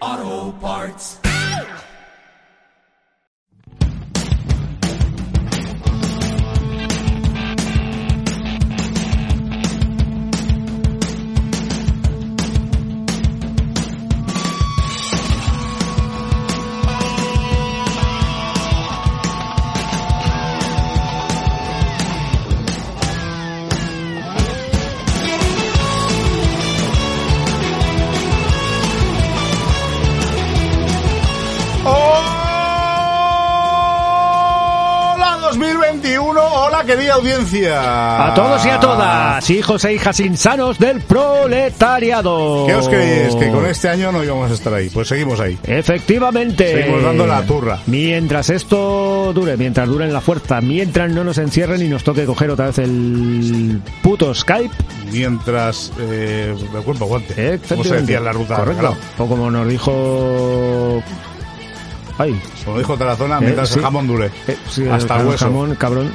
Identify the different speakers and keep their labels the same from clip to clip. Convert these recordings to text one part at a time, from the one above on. Speaker 1: Auto parts.
Speaker 2: Hola 2021, hola querida audiencia.
Speaker 3: A todos y a todas, hijos e hijas insanos del proletariado.
Speaker 2: ¿Qué os creéis? Que
Speaker 3: Oh.
Speaker 2: con este año no íbamos a estar ahí. Pues seguimos ahí.
Speaker 3: Efectivamente.
Speaker 2: Seguimos dando la turra.
Speaker 3: Mientras esto dure, mientras dure la fuerza, mientras no nos encierren y nos toque coger otra vez el puto Skype.
Speaker 2: Mientras eh, el cuerpo aguante.
Speaker 3: efectivamente.
Speaker 2: Como se decía en la ruta.
Speaker 3: Correcto.
Speaker 2: claro.
Speaker 3: O como nos dijo... Ay.
Speaker 2: Como dijo Tarazona,
Speaker 3: Eh,
Speaker 2: mientras
Speaker 3: sí.
Speaker 2: el jamón dure.
Speaker 3: eh, sí,
Speaker 2: hasta el hueso.
Speaker 3: Jamón, cabrón.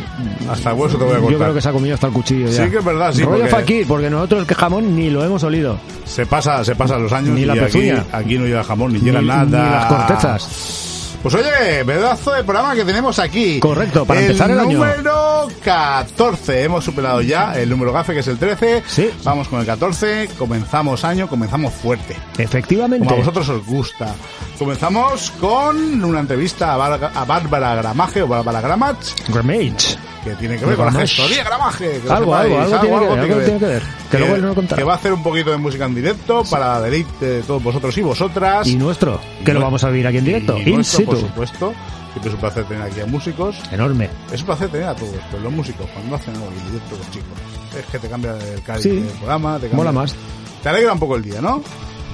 Speaker 2: Hasta el hueso te voy a
Speaker 3: Yo
Speaker 2: cortar.
Speaker 3: creo que se ha comido hasta el cuchillo ya.
Speaker 2: Sí que es verdad, sí,
Speaker 3: Rollo
Speaker 2: porque-
Speaker 3: Fakir, porque nosotros el jamón ni lo hemos olido.
Speaker 2: Se pasa, se pasan los años
Speaker 3: Ni la
Speaker 2: y aquí,
Speaker 3: pezuña.
Speaker 2: aquí no llega jamón, ni llega
Speaker 3: Ni-
Speaker 2: nada.
Speaker 3: ni las cortezas.
Speaker 2: Pues oye, pedazo de programa que tenemos aquí.
Speaker 3: Correcto, para empezar el año.
Speaker 2: número 14. Hemos superado ya el número gafe, que es el 13.
Speaker 3: Sí.
Speaker 2: Vamos con el 14. Comenzamos año, comenzamos fuerte.
Speaker 3: Efectivamente.
Speaker 2: Como a vosotros os gusta. Comenzamos con una entrevista a, Bar- a Bárbara Gramaje o Bárbara Gramach,
Speaker 3: Remage.
Speaker 2: que tiene que ver con la
Speaker 3: Gramache.
Speaker 2: gestoría Gramaje. que lo
Speaker 3: Algo,
Speaker 2: sepáis,
Speaker 3: algo, algo tiene que ver, algo tiene que ver. Que luego él no lo contará.
Speaker 2: que va a hacer un poquito de música en directo para deleite de todos vosotros y vosotras.
Speaker 3: Y nuestro,
Speaker 2: Y
Speaker 3: que lo
Speaker 2: nue-
Speaker 3: vamos a vivir aquí en directo.
Speaker 2: Y
Speaker 3: in
Speaker 2: nuestro, por
Speaker 3: situ.
Speaker 2: supuesto. Siempre es un placer tener aquí a músicos.
Speaker 3: Enorme.
Speaker 2: Es un placer tener a todos, pero los músicos, cuando hacen algo en directo, los chicos. Es que te cambia el cariño
Speaker 3: Sí.
Speaker 2: del programa. Te cambia-
Speaker 3: Mola más.
Speaker 2: Te alegra un poco el día, ¿no?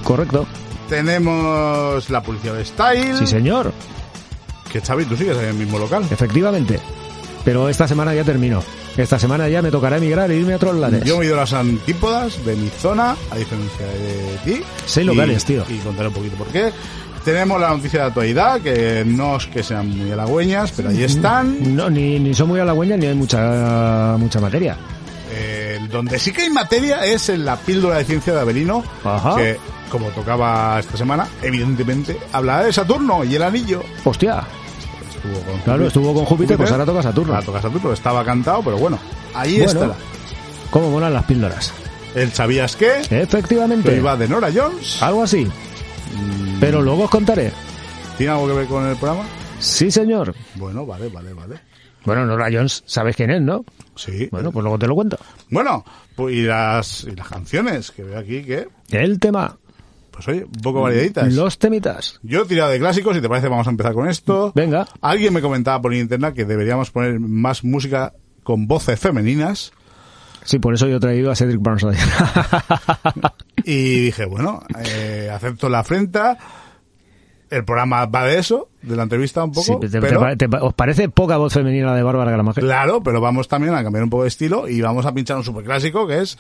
Speaker 3: Correcto.
Speaker 2: Tenemos la publicidad de Style.
Speaker 3: Sí, señor.
Speaker 2: Que Xavi, tú sigues en el mismo local.
Speaker 3: Efectivamente. Pero esta semana ya termino. Esta semana ya me tocará emigrar e irme a otros lares.
Speaker 2: Yo me he ido a las antípodas de mi zona, a diferencia de ti.
Speaker 3: Seis
Speaker 2: Y-
Speaker 3: locales, tío.
Speaker 2: Y contaré un poquito por qué. Tenemos la noticia de actualidad, que no es que sean muy halagüeñas, pero ahí están.
Speaker 3: No, ni, ni son muy halagüeñas ni hay mucha, mucha materia.
Speaker 2: Eh, donde sí que hay materia es en la píldora de ciencia de Avelino,
Speaker 3: Ajá.
Speaker 2: que como tocaba esta semana, evidentemente hablará de Saturno y el anillo.
Speaker 3: Hostia.
Speaker 2: Estuvo con
Speaker 3: Claro, estuvo con Júpiter, pues ahora toca Saturno.
Speaker 2: Ahora toca Saturno, estaba cantado, pero bueno, ahí
Speaker 3: Bueno.
Speaker 2: estará.
Speaker 3: ¿Cómo molan las píldoras?
Speaker 2: El sabías qué, que
Speaker 3: Efectivamente.
Speaker 2: iba de Nora Jones,
Speaker 3: Algo así.
Speaker 2: Mm.
Speaker 3: Pero luego os contaré.
Speaker 2: ¿tiene algo que ver con el programa?
Speaker 3: Sí, señor.
Speaker 2: Bueno, vale, vale, vale.
Speaker 3: Bueno, Nora Jones, sabes quién es, ¿no?
Speaker 2: Sí.
Speaker 3: Bueno, pues luego te lo cuento.
Speaker 2: Bueno, pues y las, y las canciones que veo aquí que,
Speaker 3: El tema.
Speaker 2: pues oye, un poco variaditas.
Speaker 3: Los temitas.
Speaker 2: Yo he tirado de clásicos, si te parece vamos a empezar con esto.
Speaker 3: Venga.
Speaker 2: Alguien me comentaba por internet que deberíamos poner más música con voces femeninas
Speaker 3: Sí, por eso yo he traído a Cedric Burnside.
Speaker 2: y dije, bueno, eh, acepto la afrenta. El programa va de eso, de la entrevista un poco.
Speaker 3: Sí, te- te-
Speaker 2: pero,
Speaker 3: te- te- ¿Os parece poca voz femenina la de Bárbara Gramaje?
Speaker 2: Claro, pero vamos también a cambiar un poco de estilo y vamos a pinchar un superclásico que es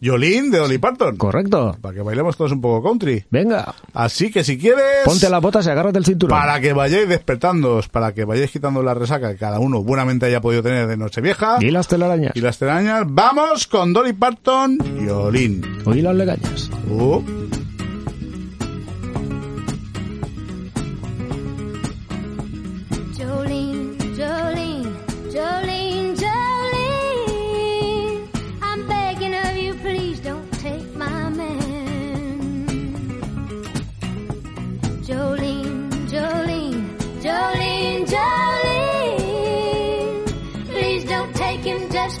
Speaker 2: Jolene de Dolly Parton.
Speaker 3: Correcto.
Speaker 2: Para que bailemos todos un poco country.
Speaker 3: Venga,
Speaker 2: Así que si quieres...
Speaker 3: ponte las botas y agárrate el cinturón.
Speaker 2: Para que vayáis despertándoos, para que vayáis quitando la resaca que cada uno buenamente haya podido tener de Nochevieja.
Speaker 3: Y las telarañas.
Speaker 2: y las telarañas. Vamos con Dolly Parton y Olin.
Speaker 3: Y las legañas.
Speaker 2: Uh.
Speaker 4: Jolene, Jolene, Jolene, Jolene. I'm begging of you, please don't take my man. Jolene, Jolene, Jolene, Jolene. Please don't take him just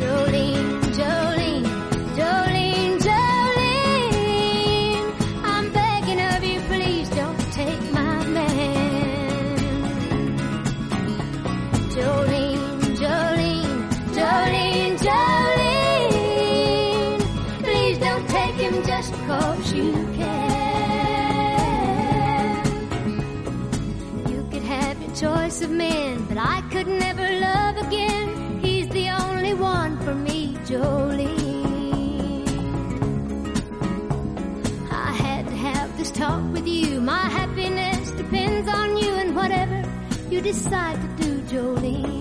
Speaker 4: Jolene, Jolene, Jolene, Jolene. I'm begging of you, please don't take my man. Jolene, Jolene, Jolene, Jolene. Please don't take him just cause you can. You could have your choice of men, but I could never love again. He's the only one for me, Jolene. I had to have this talk with you. My happiness depends on you and whatever you decide to do, Jolene.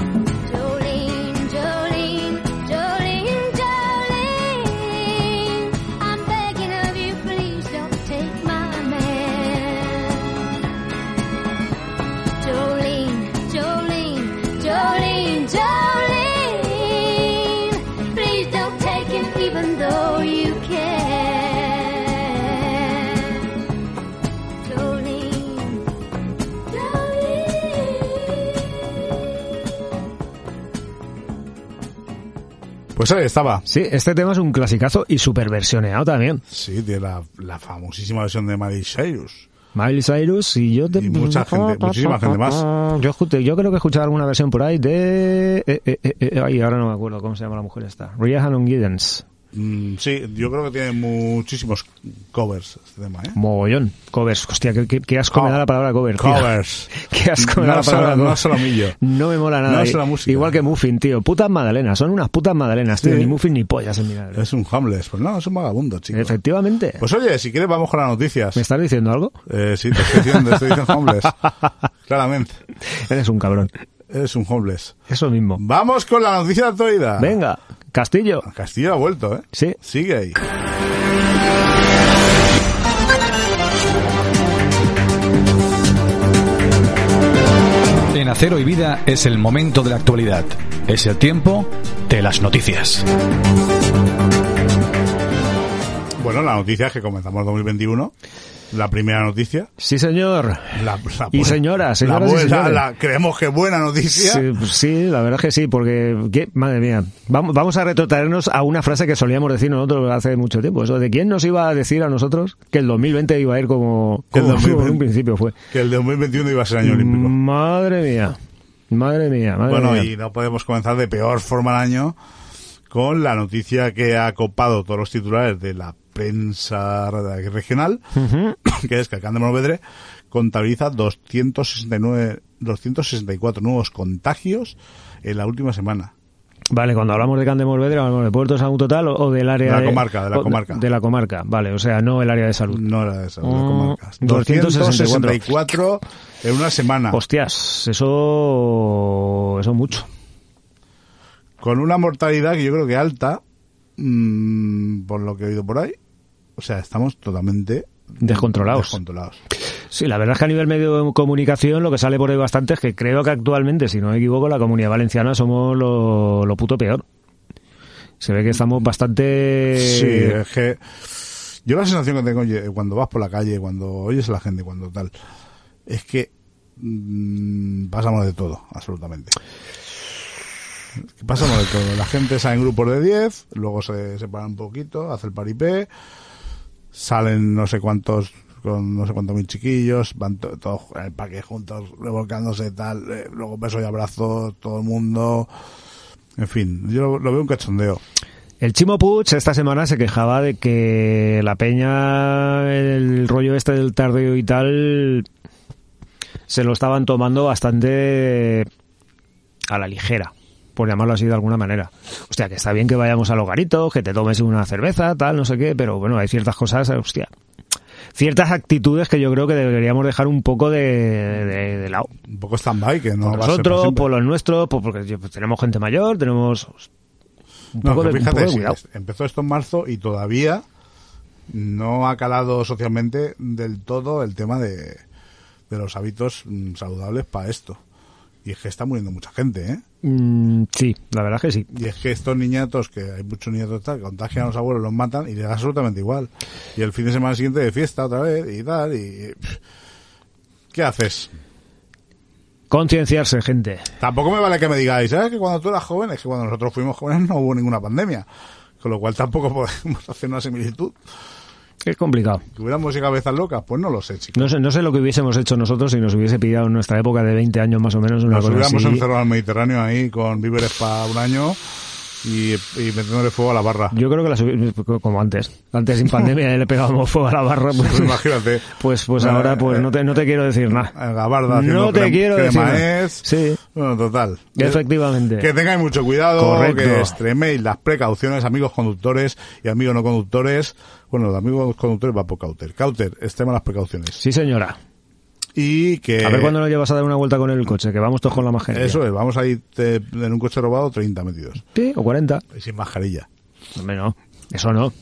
Speaker 4: Jolene, Jolene, Jolene, Jolene. I'm begging of you, please don't take my man. Jolene, Jolene, Jolene, Jolene. Please don't take him even though you can. Jolene, Jolene.
Speaker 2: Pues ahí estaba.
Speaker 3: Sí, este tema es un clasicazo y super versioneado también.
Speaker 2: Sí, de la, la famosísima versión de Miley Cyrus.
Speaker 3: Miley Cyrus y yo... te-
Speaker 2: Y mucha gente, muchísima gente más.
Speaker 3: Yo, escu- yo creo que he escuchado alguna versión por ahí de... eh, eh, eh, eh, ay, ahora no me acuerdo cómo se llama la mujer esta. Ria Hannon Giddens.
Speaker 2: Mm, sí, yo creo que tiene muchísimos covers este tema, ¿eh?
Speaker 3: Mogollón. Covers. Hostia, qué, qué- qué asco me da la palabra cover. tío.
Speaker 2: Covers.
Speaker 3: Qué asco me da
Speaker 2: No
Speaker 3: la palabra
Speaker 2: solo,
Speaker 3: cover.
Speaker 2: no solo millo.
Speaker 3: No me mola nada.
Speaker 2: No
Speaker 3: eh.
Speaker 2: es la música.
Speaker 3: Igual que Muffin, tío. Putas magdalenas. Son unas putas magdalenas, tío.
Speaker 2: Sí.
Speaker 3: Ni Muffin ni pollas en mi madre.
Speaker 2: Es un homeless, pues no, es un vagabundo, chico.
Speaker 3: Efectivamente.
Speaker 2: Pues oye, si quieres vamos con las noticias.
Speaker 3: ¿Me estás diciendo algo?
Speaker 2: Eh, sí, te estoy diciendo, te estoy diciendo homeless. Claramente,
Speaker 3: Eres un cabrón.
Speaker 2: eres un homeless.
Speaker 3: Eso mismo.
Speaker 2: Vamos con la noticia de actualidad.
Speaker 3: Venga, Castillo.
Speaker 2: Castillo ha vuelto, ¿eh?
Speaker 3: Sí.
Speaker 2: Sigue ahí.
Speaker 5: En Acero y Vida es el momento de la actualidad. Es el tiempo de las noticias.
Speaker 2: Bueno, la noticia es que comenzamos 2021. La primera noticia.
Speaker 3: Sí, señor.
Speaker 2: La, la
Speaker 3: Y
Speaker 2: buena-
Speaker 3: señoras,
Speaker 2: la
Speaker 3: señoras y
Speaker 2: buena-
Speaker 3: señores.
Speaker 2: la- creemos que buena noticia.
Speaker 3: Sí, sí, la verdad es que sí, porque, ¿qué? madre mía, vamos, vamos a retrotraernos a una frase que solíamos decir nosotros hace mucho tiempo, eso de quién nos iba a decir a nosotros que el 2020 iba a ir como,
Speaker 2: Que el
Speaker 3: como
Speaker 2: 2020
Speaker 3: en un principio fue.
Speaker 2: Que el 2021 iba a ser año olímpico.
Speaker 3: Madre mía, madre mía, Mm, madre
Speaker 2: Bueno,
Speaker 3: mía.
Speaker 2: y no podemos comenzar de peor forma el año con la noticia que ha copado todos los titulares de la prensa regional, que es que Alcán de Morvedre contabiliza 269, 264 nuevos contagios en la última semana.
Speaker 3: Vale, cuando hablamos de Can de Morvedra, hablamos de Puerto Salud Total o, o del área
Speaker 2: De la comarca, de la
Speaker 3: o-
Speaker 2: comarca.
Speaker 3: De la comarca, vale, o sea, no el área de salud.
Speaker 2: No era de esas, de
Speaker 3: Mm,
Speaker 2: comarcas.
Speaker 3: 264.
Speaker 2: 264 en una semana.
Speaker 3: Hostias, eso, eso mucho.
Speaker 2: con una mortalidad que yo creo que alta, mm, por lo que he oído por ahí. O sea, estamos totalmente
Speaker 3: Descontrolados.
Speaker 2: descontrolados.
Speaker 3: Sí, la verdad es que a nivel medio de comunicación lo que sale por ahí bastante es que creo que actualmente, si no me equivoco, la comunidad valenciana somos lo, lo puto peor. Se ve que estamos bastante...
Speaker 2: Sí, Eh, es que yo la sensación que tengo oye, cuando vas por la calle, cuando oyes a la gente, cuando tal, es que mm, pasamos de todo, absolutamente. Pasamos de todo. La gente sale en grupos de 10, luego se separan un poquito, hace el paripé, salen no sé cuántos con no sé cuántos mil chiquillos, van to- todos en el parque juntos, revolcándose tal, eh, luego besos y abrazos, todo el mundo. En fin, yo lo- lo veo un cachondeo.
Speaker 3: El Chimo Puig esta semana se quejaba de que la peña, el rollo este del tardeo y tal, se lo estaban tomando bastante a la ligera, por llamarlo así de alguna manera. Hostia, que está bien que vayamos a los garitos, que te tomes una cerveza, tal, no sé qué, pero bueno, hay ciertas cosas, hostia. Ciertas actitudes que yo creo que deberíamos dejar un poco de, de- de lado.
Speaker 2: un poco stand-by que no va
Speaker 3: Por
Speaker 2: a ser
Speaker 3: nosotros,
Speaker 2: siempre.
Speaker 3: por los nuestros, por- porque yo- pues, tenemos gente mayor, tenemos un
Speaker 2: No,
Speaker 3: poco
Speaker 2: que
Speaker 3: de, un
Speaker 2: fíjate,
Speaker 3: poco de
Speaker 2: sí,
Speaker 3: cuidado.
Speaker 2: empezó esto en marzo y todavía no ha calado socialmente del todo el tema de, de los hábitos mm, saludables para esto. Y es que está muriendo mucha gente, ¿eh?
Speaker 3: Mm, sí, la verdad que sí.
Speaker 2: Y es que estos niñatos, que hay muchos niñatos tal, contagian a los abuelos, los matan y les da absolutamente igual. Y el fin de semana siguiente de fiesta otra vez y tal, y... pff, ¿Qué haces?
Speaker 3: Concienciarse, gente.
Speaker 2: Tampoco me vale que me digáis, ¿sabes? Que cuando tú eras joven, es que cuando nosotros fuimos jóvenes no hubo ninguna pandemia. Con lo cual tampoco podemos hacer una similitud.
Speaker 3: Es complicado.
Speaker 2: ¿Que hubiéramos llegado a cabezas locas? Pues no lo sé, chicos.
Speaker 3: No sé, no sé lo que hubiésemos hecho nosotros si nos hubiese pillado en nuestra época de 20 años más o menos una
Speaker 2: Nos
Speaker 3: cosa
Speaker 2: hubiéramos
Speaker 3: así.
Speaker 2: encerrado al Mediterráneo ahí con víveres para un año y, y metiéndole fuego a la barra.
Speaker 3: Yo creo que las hubi- como antes. Antes sin pandemia le pegábamos fuego a la barra. Pues,
Speaker 2: Pues imagínate.
Speaker 3: pues, pues
Speaker 2: Eh,
Speaker 3: ahora pues no te, no te quiero decir nada.
Speaker 2: A Gabarda haciendo
Speaker 3: No te
Speaker 2: crem-
Speaker 3: quiero decir
Speaker 2: crema
Speaker 3: nada.
Speaker 2: es.
Speaker 3: Sí,
Speaker 2: Bueno, total.
Speaker 3: efectivamente.
Speaker 2: Que tengáis mucho cuidado,
Speaker 3: Correcto.
Speaker 2: que extreméis las precauciones, amigos conductores y amigos no conductores. Bueno, los amigos conductores va por cauter. Cauter, extrema las precauciones.
Speaker 3: Sí, señora.
Speaker 2: Y que...
Speaker 3: A ver cuándo lo llevas a dar una vuelta con el coche, que vamos todos con la mascarilla.
Speaker 2: Eh, Eso es, vamos a ir eh, en un coche robado 30 metidos.
Speaker 3: Sí, o 40.
Speaker 2: Y sin mascarilla.
Speaker 3: Hombre, no. Eso no.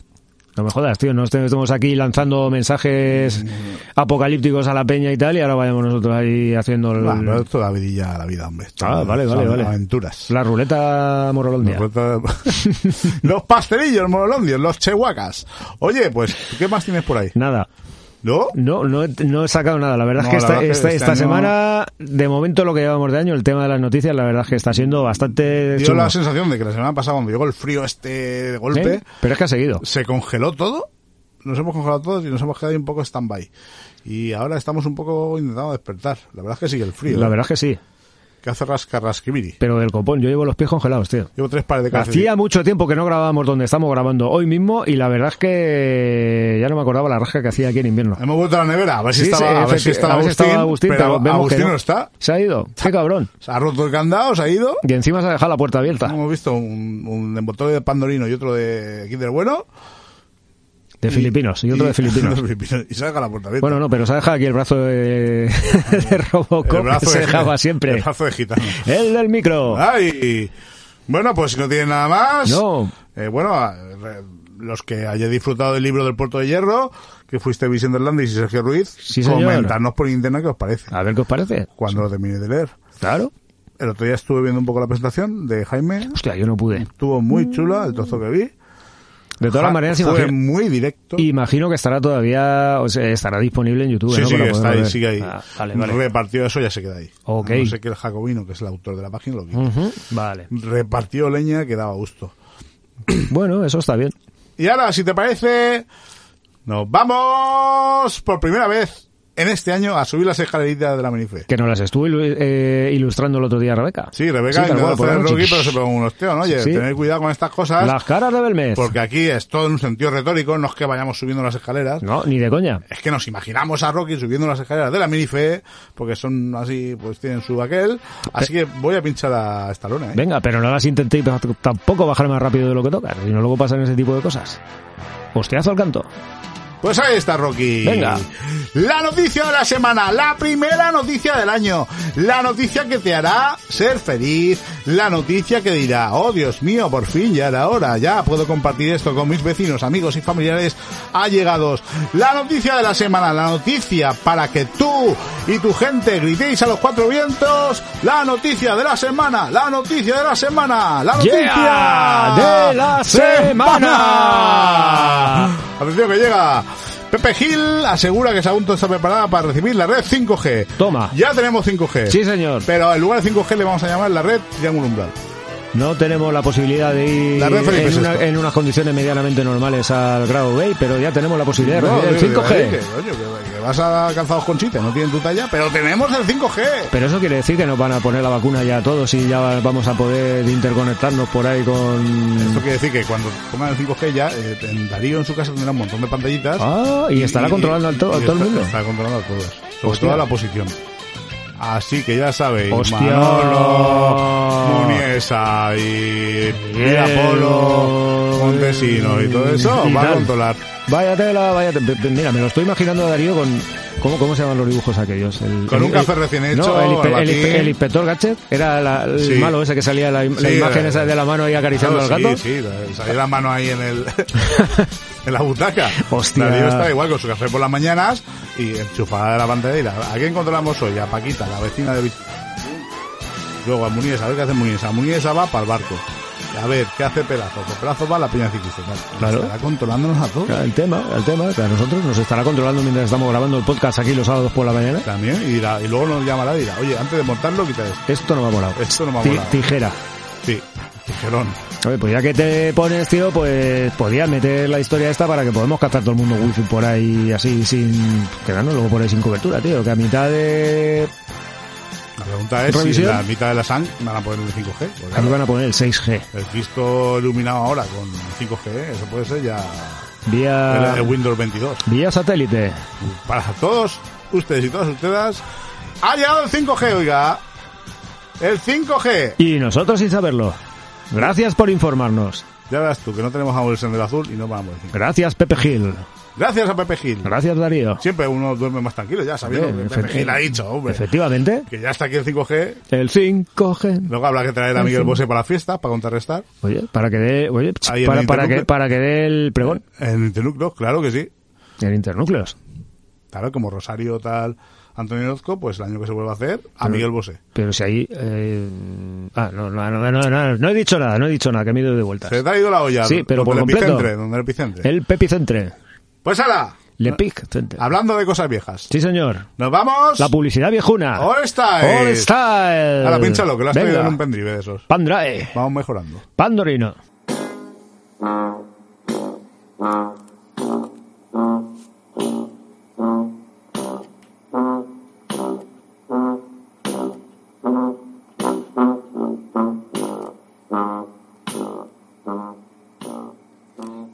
Speaker 3: No me jodas, tío. No est- estemos aquí lanzando mensajes
Speaker 2: Mm.
Speaker 3: apocalípticos a la peña y tal, y ahora vayamos nosotros ahí haciendo el-
Speaker 2: Bah, pero esto da vidilla a la vida, hombre. Esto
Speaker 3: Mm. Ah, vale, vale,
Speaker 2: son
Speaker 3: vale.
Speaker 2: Aventuras.
Speaker 3: la ruleta morolondia.
Speaker 2: Nosotros- los pastelillos morolondios, los chehuacas. Oye, pues, ¿qué más tienes por ahí?
Speaker 3: Nada.
Speaker 2: ¿No?
Speaker 3: No, no, he- no he sacado nada. La verdad
Speaker 2: No,
Speaker 3: es que
Speaker 2: la
Speaker 3: esta,
Speaker 2: verdad que
Speaker 3: esta,
Speaker 2: este
Speaker 3: esta
Speaker 2: año-
Speaker 3: semana, de momento lo que llevamos de año, el tema de las noticias, la verdad es que está siendo bastante...
Speaker 2: Dio
Speaker 3: chungo.
Speaker 2: la sensación de que la semana pasada cuando llegó el frío este de golpe,
Speaker 3: ¿Eh? Pero es que ha seguido.
Speaker 2: se congeló todo. Nos hemos congelado todos y nos hemos quedado ahí un poco stand-by. Y ahora estamos un poco intentando despertar. La verdad es que sigue el frío.
Speaker 3: La
Speaker 2: ¿eh?
Speaker 3: verdad es que sí.
Speaker 2: Que hace rasca rasquibiri.
Speaker 3: Pero del copón, yo llevo los pies congelados, tío.
Speaker 2: Llevo tres pares de calcetines.
Speaker 3: Hacía mucho tiempo que no grabábamos donde estamos grabando hoy mismo y la verdad es que ya no me acordaba la raja que hacía aquí en invierno.
Speaker 2: Hemos vuelto a la nevera. A ver si
Speaker 3: Sí,
Speaker 2: estaba,
Speaker 3: sí,
Speaker 2: a ver si
Speaker 3: efecti-
Speaker 2: estaba
Speaker 3: a ver si
Speaker 2: Agustín.
Speaker 3: estaba Agustín,
Speaker 2: pero
Speaker 3: pero vemos que
Speaker 2: Agustín
Speaker 3: no.
Speaker 2: no está.
Speaker 3: Se ha ido. Qué cabrón.
Speaker 2: Se ha roto el candado, se ha ido.
Speaker 3: Y encima se ha dejado la puerta abierta.
Speaker 2: Hemos visto un, un envoltorio de Pandorino y otro de Kinder Bueno.
Speaker 3: De filipinos y otro de filipinos.
Speaker 2: de filipinos. Y salga la puerta abierta.
Speaker 3: Bueno, no, pero se ha dejado aquí el brazo de, de Robocop
Speaker 2: El brazo
Speaker 3: que se
Speaker 2: de-
Speaker 3: dejaba
Speaker 2: El
Speaker 3: siempre.
Speaker 2: brazo de gitano.
Speaker 3: El del micro.
Speaker 2: Ay. Bueno, pues si no tiene nada más.
Speaker 3: No.
Speaker 2: Eh, bueno, a- re- los que hayáis disfrutado del libro del Puerto de Hierro, que fuiste Vicente Hernández y Sergio Ruiz,
Speaker 3: Sí, señor.
Speaker 2: comentadnos por internet qué os parece
Speaker 3: A ver qué os parece.
Speaker 2: cuando lo terminéis de leer.
Speaker 3: Claro.
Speaker 2: El otro día estuve viendo un poco la presentación de Jaime.
Speaker 3: Hostia, yo no pude.
Speaker 2: Estuvo
Speaker 3: Mm.
Speaker 2: muy chula el trozo que vi.
Speaker 3: De todas
Speaker 2: Ja-
Speaker 3: las maneras,
Speaker 2: fue
Speaker 3: imagino,
Speaker 2: muy directo.
Speaker 3: imagino que estará todavía, o sea, estará disponible en YouTube.
Speaker 2: Sí,
Speaker 3: ¿no?
Speaker 2: sí,
Speaker 3: Para
Speaker 2: que está
Speaker 3: poderlo
Speaker 2: ahí,
Speaker 3: ver.
Speaker 2: sigue ahí.
Speaker 3: Ah, vale, vale.
Speaker 2: Repartió eso, ya se queda ahí.
Speaker 3: Ok.
Speaker 2: No sé que el Jacobino, que es el autor de la página, lo quita.
Speaker 3: Ujú, Vale.
Speaker 2: Repartió leña que daba gusto.
Speaker 3: Bueno, eso está bien.
Speaker 2: Y ahora, si te parece, nos vamos por primera vez en este año a subir las escaleritas de la Menife.
Speaker 3: Que nos las estuvo ilu- eh, ilustrando el otro día Rebeca.
Speaker 2: Sí, Rebeca
Speaker 3: tal
Speaker 2: intentó
Speaker 3: cual, por la
Speaker 2: hacer el
Speaker 3: noche.
Speaker 2: Rocky, pero se pegó unos teos, ¿no? Oye,
Speaker 3: Sí.
Speaker 2: tener cuidado con estas cosas,
Speaker 3: Las caras de Belmez.
Speaker 2: porque aquí es todo en un sentido retórico, no es que vayamos subiendo las escaleras.
Speaker 3: No, ni de coña.
Speaker 2: es que nos imaginamos a Rocky subiendo las escaleras de la minife, porque son así, pues tienen su aquel. Así que voy a pinchar a Estalona, ¿eh?
Speaker 3: Venga, pero no las intentéis t- tampoco bajar más rápido de lo que tocas, si no luego pasan ese tipo de cosas. Hostiazo al canto.
Speaker 2: Pues ahí está Rocky.
Speaker 3: Venga.
Speaker 2: La noticia de la semana, la primera noticia del año, la noticia que te hará ser feliz, la noticia que dirá, oh Dios mío, por fin ya era hora, ya puedo compartir esto con mis vecinos, amigos y familiares allegados. La noticia de la semana, la noticia para que tú y tu gente gritéis a los cuatro vientos, la noticia de la semana, la noticia de la semana, la noticia
Speaker 3: Yeah, de la semana.
Speaker 2: Atención que llega. Pepe Gil asegura que Sagunto está preparada para recibir la red 5G.
Speaker 3: Toma.
Speaker 2: Ya tenemos 5G.
Speaker 3: Sí, señor.
Speaker 2: Pero en lugar de 5G le vamos a llamar la red Triángulo Umbral.
Speaker 3: No tenemos la posibilidad de ir
Speaker 2: La red Felipe
Speaker 3: en, una-
Speaker 2: VI.
Speaker 3: en unas condiciones medianamente normales al grado B, pero ya tenemos la posibilidad de
Speaker 2: No,
Speaker 3: recibir
Speaker 2: digo,
Speaker 3: el
Speaker 2: digo,
Speaker 3: 5G.
Speaker 2: digo, que, coño, que- que vas a calzados con chita, no tienen tu talla, pero tenemos el 5G.
Speaker 3: Pero eso quiere decir que nos van a poner la vacuna ya a todos y ya vamos a poder interconectarnos por ahí
Speaker 2: Esto
Speaker 3: con...
Speaker 2: quiere decir que cuando pongan el 5G ya, eh, en Darío en su casa tendrá un montón de pantallitas.
Speaker 3: Ah, y estará controlando a
Speaker 2: y-
Speaker 3: todo, a
Speaker 2: y
Speaker 3: todo el
Speaker 2: está-
Speaker 3: mundo.
Speaker 2: Está controlando a todos. Sobre
Speaker 3: Hostia.
Speaker 2: todo a la oposición. Así que ya sabéis,
Speaker 3: Hostia.
Speaker 2: Manolo, Muniesa y Miguel Apolo, Montesino y todo eso
Speaker 3: Y
Speaker 2: va a
Speaker 3: tal.
Speaker 2: controlar.
Speaker 3: Vaya tela, vaya te- Mira, me lo estoy imaginando a Darío con
Speaker 6: ¿Cómo, ¿Cómo se llaman los dibujos aquellos? El-
Speaker 2: Con
Speaker 6: el-
Speaker 2: un café
Speaker 6: el-
Speaker 2: recién
Speaker 6: no,
Speaker 2: hecho,
Speaker 6: el, inpe- el,
Speaker 2: albatín.
Speaker 6: inpe- el inspector Gadget era la- el
Speaker 2: Sí.
Speaker 6: malo ese que salía la, la
Speaker 2: Sí,
Speaker 6: imagen
Speaker 2: la-
Speaker 6: esa de la mano ahí acariciando
Speaker 2: Claro,
Speaker 6: al gato.
Speaker 2: Sí, sí, la- salió la mano ahí en el en la butaca.
Speaker 6: Hostia.
Speaker 2: Darío está igual con su café por las mañanas y enchufada la pantalla y la, ¿a quién encontramos hoy? A Paquita, la vecina de Vic- Luego a Muniesa, a ver qué hace Muniesa. Muniesa va para el barco. A ver, ¿qué hace Pelazo? Pues Pelazo va a la peña ciclista.
Speaker 6: Claro.
Speaker 2: Estará controlándonos a todos.
Speaker 6: Claro, El tema, el tema, que a nosotros nos estará controlando mientras estamos grabando el podcast aquí los sábados por la mañana.
Speaker 2: También, y, dirá- y luego nos llamará y dirá, oye, antes de montarlo, quita esto.
Speaker 6: Esto no me ha molado.
Speaker 2: Esto no me ha
Speaker 6: Ti-
Speaker 2: molado.
Speaker 6: Tijera.
Speaker 2: Sí, tijerón.
Speaker 6: Oye, pues ya que te pones, tío, pues podías meter la historia esta para que podamos cazar todo el mundo wifi por ahí así sin quedarnos luego por ahí sin cobertura, tío. Que a mitad de...
Speaker 2: La pregunta es si
Speaker 6: ¿Revisión?
Speaker 2: en la mitad de la SAN van a poner el 5G. porque,
Speaker 6: A mí van a poner el 6G.
Speaker 2: El Cristo iluminado ahora con 5G, eso puede ser ya
Speaker 6: Vía...
Speaker 2: el, eh, el Windows 22.
Speaker 6: Vía satélite.
Speaker 2: Para todos ustedes y todas ustedes, ha llegado el 5G, oiga. El 5G.
Speaker 6: Y nosotros sin saberlo. Gracias por informarnos.
Speaker 2: Ya verás tú que no tenemos aún el sendero azul y no vamos a decir.
Speaker 6: Gracias, Pepe Gil.
Speaker 2: Gracias a Pepe Gil.
Speaker 6: Gracias, Darío.
Speaker 2: Siempre uno duerme más tranquilo, ya sabiendo
Speaker 6: Hombre,
Speaker 2: que Pepe
Speaker 6: efecti-
Speaker 2: Gil ha dicho, hombre.
Speaker 6: Efectivamente.
Speaker 2: Que ya está aquí el 5G.
Speaker 6: El 5G.
Speaker 2: Luego habrá que traer a Miguel Bosé para la fiesta, para contrarrestar.
Speaker 6: Oye, para que dé, oye, ch,
Speaker 2: Ahí en
Speaker 6: para,
Speaker 2: el
Speaker 6: para que,
Speaker 2: internucle.
Speaker 6: para que dé el pregón
Speaker 2: En Internucleos, claro que sí.
Speaker 6: en internúcleos.
Speaker 2: Claro, como Rosario tal, Antonio Orozco, pues el año que se vuelva a hacer, a
Speaker 6: Pero-
Speaker 2: Miguel Bosé.
Speaker 6: Pero si ahí. eh, ah, no, no, no, no, no, no he dicho nada, no he dicho nada, que me he ido de vueltas.
Speaker 2: Se te ha ido la olla.
Speaker 6: Sí, pero
Speaker 2: donde
Speaker 6: por
Speaker 2: el
Speaker 6: completo.
Speaker 2: epicentre, donde el epicentre.
Speaker 6: El Pepicentre.
Speaker 2: Pues ala,
Speaker 6: Le Pic Centre.
Speaker 2: hablando de cosas viejas.
Speaker 6: Sí, señor.
Speaker 2: Nos vamos.
Speaker 6: La publicidad viejuna.
Speaker 2: All Style.
Speaker 6: All Style.
Speaker 2: Ahora pínchalo, que lo has
Speaker 6: Venga.
Speaker 2: traído en un pendrive de esos.
Speaker 6: Pandrae.
Speaker 2: Vamos mejorando.
Speaker 6: Pandorino.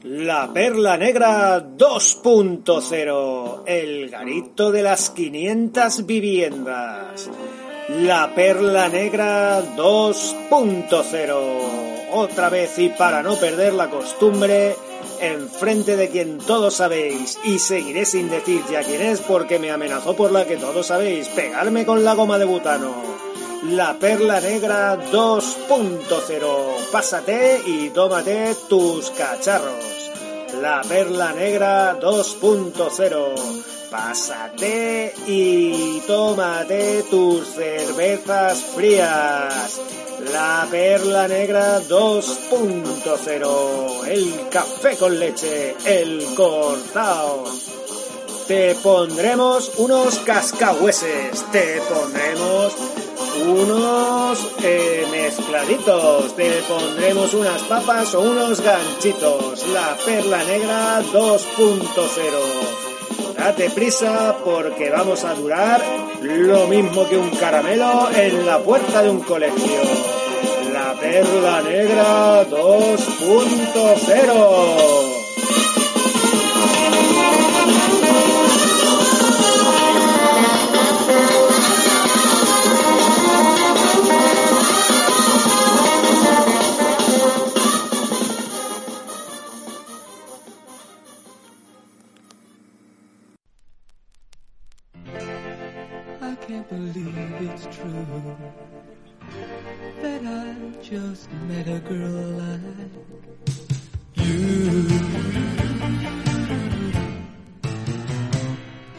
Speaker 3: La Perla Negra 2.0, el garito de las 500 viviendas. La Perla Negra 2.0, otra vez y para no perder la costumbre, enfrente de quien todos sabéis, y seguiré sin decir ya quién es porque me amenazó por la que todos sabéis, pegarme con la goma de butano. La Perla Negra 2.0. Pásate y tómate tus cacharros. La Perla Negra 2.0. Pásate y tómate tus cervezas frías. La Perla Negra 2.0. El café con leche. El cortao. Te pondremos unos cascahueses, te pondremos unos eh, mezcladitos, te pondremos unas papas o unos ganchitos. La perla negra 2.0. Date prisa porque vamos a durar lo mismo que un caramelo en la puerta de un colegio. La perla negra 2.0.
Speaker 7: I can't believe it's true that I just met a girl like you.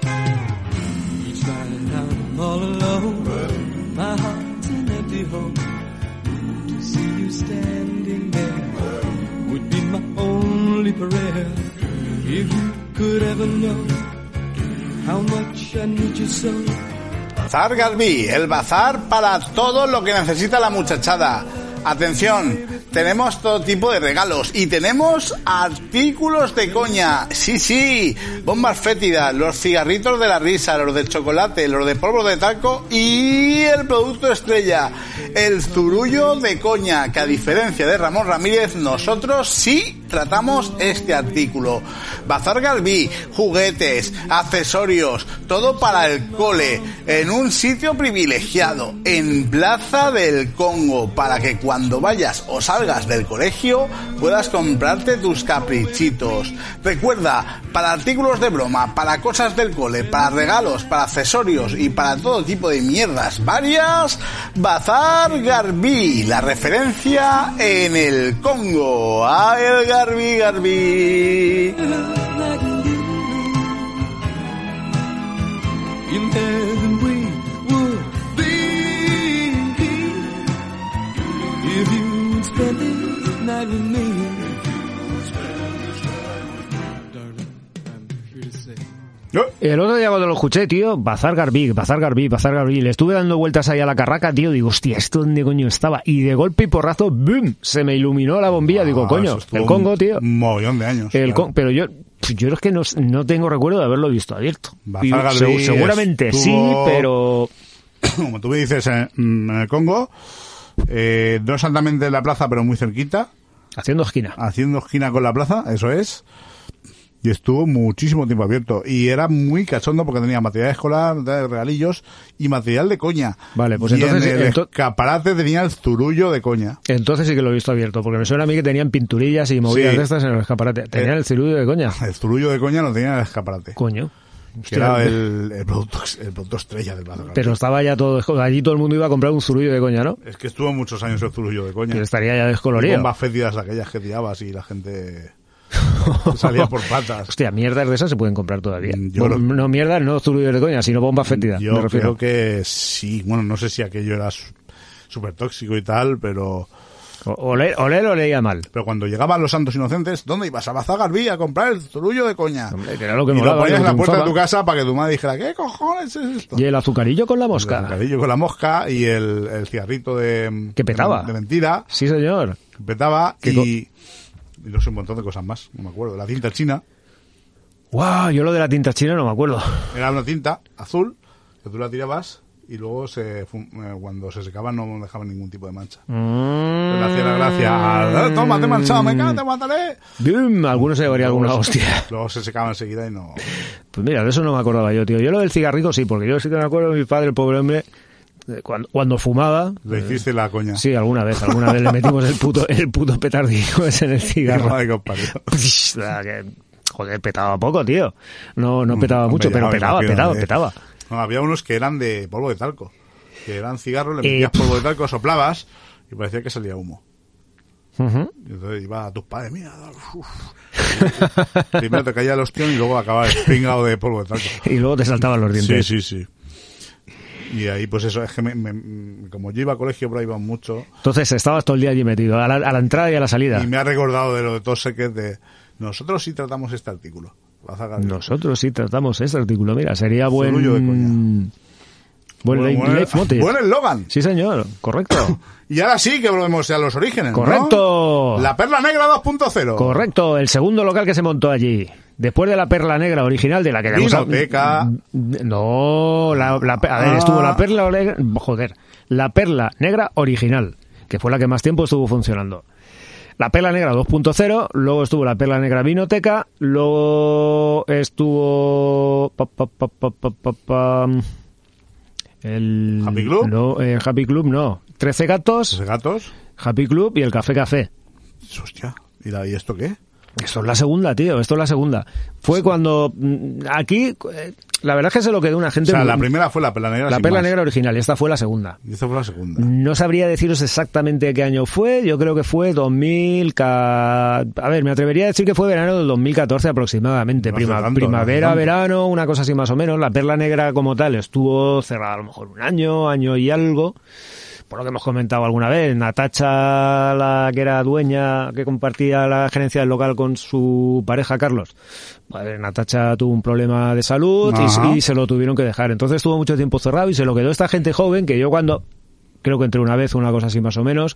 Speaker 7: Each night I'm all alone. My heart's an empty hole. To see you standing there would be my only prayer. If you could ever know how much I need you so.
Speaker 2: Bazar Garbi, el bazar para todo lo que necesita la muchachada. Atención, tenemos todo tipo de regalos y tenemos artículos de coña. Sí, sí, bombas fétidas, los cigarritos de la risa, los de chocolate, los de polvo de taco y el producto estrella, el zurullo de coña, que a diferencia de Ramón Ramírez, nosotros sí
Speaker 8: tratamos este artículo. Bazar Galví, juguetes, accesorios, todo para el cole, en un sitio privilegiado, en Plaza del Congo, para que cuando vayas o salgas del colegio puedas comprarte tus caprichitos. Recuerda, para artículos de broma, para cosas del cole, para regalos, para accesorios y para todo tipo de mierdas varias, Bazar Garbí, la referencia en el Congo. ¡Ah, el Garbí, Garbí!
Speaker 1: in there than we would be if you'd spend this night with me. Darling, I'm here to say.
Speaker 3: El otro día cuando lo escuché, tío, Bazar Garbí, Bazar Garbí, Bazar Garbí, le estuve dando vueltas ahí a la carraca, tío, digo, hostia, ¿esto dónde coño estaba? Y de golpe y porrazo, ¡bum! Se me iluminó la bombilla, digo,
Speaker 2: Ah,
Speaker 3: coño,
Speaker 2: eso estuvo
Speaker 3: el Congo,
Speaker 2: un- ¿eh?
Speaker 3: tío.
Speaker 2: Un mogollón de años.
Speaker 3: El
Speaker 2: claro.
Speaker 3: Con- pero yo, yo es que no, no tengo recuerdo de haberlo visto abierto.
Speaker 2: Bazar
Speaker 3: Y
Speaker 2: Garbí
Speaker 3: segu- seguramente
Speaker 2: estuvo-
Speaker 3: sí, pero
Speaker 2: Como tú me dices, en, mm, en el Congo, eh, no exactamente en la plaza, pero muy cerquita,
Speaker 3: haciendo esquina.
Speaker 2: haciendo esquina con la plaza, eso es. Y estuvo muchísimo tiempo abierto. Y era muy cachondo porque tenía material escolar, de regalillos y material de coña.
Speaker 3: Vale, pues
Speaker 2: Y
Speaker 3: entonces-
Speaker 2: En el
Speaker 3: ento-
Speaker 2: escaparate tenía el zurullo de coña.
Speaker 3: Entonces sí que lo he visto abierto, porque me suena a mí que tenían pinturillas y movidas
Speaker 2: Sí.
Speaker 3: de estas en el escaparate. Tenían
Speaker 2: Eh.
Speaker 3: el cirullo de coña.
Speaker 2: El zurullo de coña lo tenía en el escaparate.
Speaker 3: Coño.
Speaker 2: que
Speaker 3: Hostia,
Speaker 2: era el, el producto, el producto estrella del bazar.
Speaker 3: Pero estaba ya todo, allí todo el mundo iba a comprar un zurullo de coña, ¿no?
Speaker 2: Es que estuvo muchos años el zurullo de coña.
Speaker 3: Pero estaría ya
Speaker 2: Y
Speaker 3: descolorido.
Speaker 2: bombas fétidas aquellas que tirabas y la gente salía por patas.
Speaker 3: Hostia, mierdas de esas se pueden comprar todavía.
Speaker 2: Mm, yo
Speaker 3: Bom-
Speaker 2: creo-
Speaker 3: No mierdas, no zurullos de coña, sino bomba fétida. me
Speaker 2: Yo
Speaker 3: refiero.
Speaker 2: creo que sí. Bueno, no sé si aquello era su- súper tóxico y tal, pero,
Speaker 3: O- Oler, oler oleía mal.
Speaker 2: pero cuando llegaban los santos inocentes, ¿dónde ibas? A Bazar Garbí a comprar el zurullo de coña.
Speaker 3: Hombre, que era lo que
Speaker 2: y
Speaker 3: molaba,
Speaker 2: lo ponías
Speaker 3: lo
Speaker 2: en la
Speaker 3: que
Speaker 2: puerta de tu
Speaker 3: triunfaba.
Speaker 2: casa para que tu madre dijera, ¿qué cojones es esto?
Speaker 3: Y el azucarillo con la
Speaker 2: El
Speaker 3: mosca.
Speaker 2: bocadillo con la mosca y el, el cigarrito de...
Speaker 3: Que petaba.
Speaker 2: De, de mentira.
Speaker 3: Sí, señor.
Speaker 2: que petaba
Speaker 3: Que
Speaker 2: y...
Speaker 3: co-
Speaker 2: y no sé, un montón de cosas más, no me acuerdo. La cinta china
Speaker 3: Wow, yo lo de la tinta china no me acuerdo.
Speaker 2: era una cinta azul que tú la tirabas y luego se fu- eh, cuando se secaba no dejaba ningún tipo de mancha. Pero le hacía la gracia al, "Eh, toma, te he manchado, me cago, te mataré.
Speaker 3: ¡Bum! Alguno se llevaría alguna
Speaker 2: Luego se-
Speaker 3: hostia.
Speaker 2: Luego se secaba enseguida y no.
Speaker 3: Pues mira, de eso no me acordaba yo, tío. Yo lo del cigarrito sí, porque yo sí que me acuerdo de mi padre, el pobre hombre, eh, cuando, cuando fumaba.
Speaker 2: Le hiciste la coña.
Speaker 3: Sí, alguna vez, alguna vez le metimos el puto, el puto petardillo ese en el cigarro.
Speaker 2: Madre que os parió.
Speaker 3: Psh, la que- Joder, petaba poco, tío. No, no
Speaker 2: Mm,
Speaker 3: petaba
Speaker 2: Hombre,
Speaker 3: mucho,
Speaker 2: ya
Speaker 3: pero
Speaker 2: me
Speaker 3: petaba,
Speaker 2: imagino,
Speaker 3: petaba,
Speaker 2: eh.
Speaker 3: petaba.
Speaker 2: No, había unos que eran de polvo de talco. Que eran cigarros, le
Speaker 3: Eh,
Speaker 2: metías polvo de talco, soplabas y parecía que salía humo.
Speaker 3: Ujú.
Speaker 2: Y entonces iba a tus padres, mira, uf. primero te caía el ostión y luego acababa el pingado de polvo de talco.
Speaker 3: Y luego te saltaban los
Speaker 2: Sí,
Speaker 3: dientes.
Speaker 2: sí, sí. Y ahí, pues eso, es que me- me- como yo iba a colegio, por ahí iba mucho,
Speaker 3: Entonces estabas todo el día allí metido, a la, a la entrada y a la salida.
Speaker 2: y me ha recordado de lo de Toseques de nosotros sí tratamos este artículo. Vas a ganar.
Speaker 3: Nosotros sí tratamos este artículo. Mira, sería buen.
Speaker 2: Zurullo de coña.
Speaker 3: Buen,
Speaker 2: Bueno,
Speaker 3: le-
Speaker 2: bueno,
Speaker 3: leitmotiv.
Speaker 2: buen eslogan.
Speaker 3: Sí, señor, correcto.
Speaker 2: Y ahora sí que volvemos a los orígenes. ¿no?
Speaker 3: Correcto.
Speaker 2: La perla negra 2.0.
Speaker 3: Correcto, el segundo local que se montó allí. Después de la Perla Negra original, de la que ya hemos hab-
Speaker 2: Vinoteca.
Speaker 3: No, la, la pe- a ver,
Speaker 2: Ah.
Speaker 3: estuvo la Perla Negra. Joder, la Perla Negra original, que fue la que más tiempo estuvo funcionando. La Perla Negra 2.0, luego estuvo la Perla Negra Vinoteca, luego estuvo. pa, pa, pa, pa, pa, pa, pa, el.
Speaker 2: ¿Happy Club?
Speaker 3: No, eh, Happy Club no. Trece gatos,
Speaker 2: Los gatos.
Speaker 3: Happy Club y el Café Café.
Speaker 2: Hostia. ¿Y, la- y esto qué?
Speaker 3: Esto es la segunda, tío, esto es la segunda. Fue cuando mm, aquí, eh, la verdad es que se lo quedó una
Speaker 2: O
Speaker 3: gente...
Speaker 2: sea, la
Speaker 3: muy-
Speaker 2: primera fue la perla negra.
Speaker 3: la
Speaker 2: sin
Speaker 3: perla
Speaker 2: más.
Speaker 3: negra original, y esta fue la segunda.
Speaker 2: Y esta fue la segunda.
Speaker 3: No sabría deciros exactamente qué año fue, yo creo que fue 2000... ca- A ver, me atrevería a decir que fue verano del 2014 aproximadamente,
Speaker 2: No hace
Speaker 3: Prima-
Speaker 2: tanto, no hace
Speaker 3: primavera,
Speaker 2: tanto.
Speaker 3: verano, una cosa así más o menos. La perla negra como tal estuvo cerrada a lo mejor un año, año y algo por lo que hemos comentado alguna vez, Natacha, la que era dueña, que compartía la gerencia del local con su pareja Carlos. Pues, Natacha tuvo un problema de salud y-
Speaker 2: Ajá.
Speaker 3: y, se lo tuvieron que dejar. Entonces estuvo mucho tiempo cerrado y se lo quedó esta gente joven que yo cuando, creo que entré una vez, una cosa así más o menos,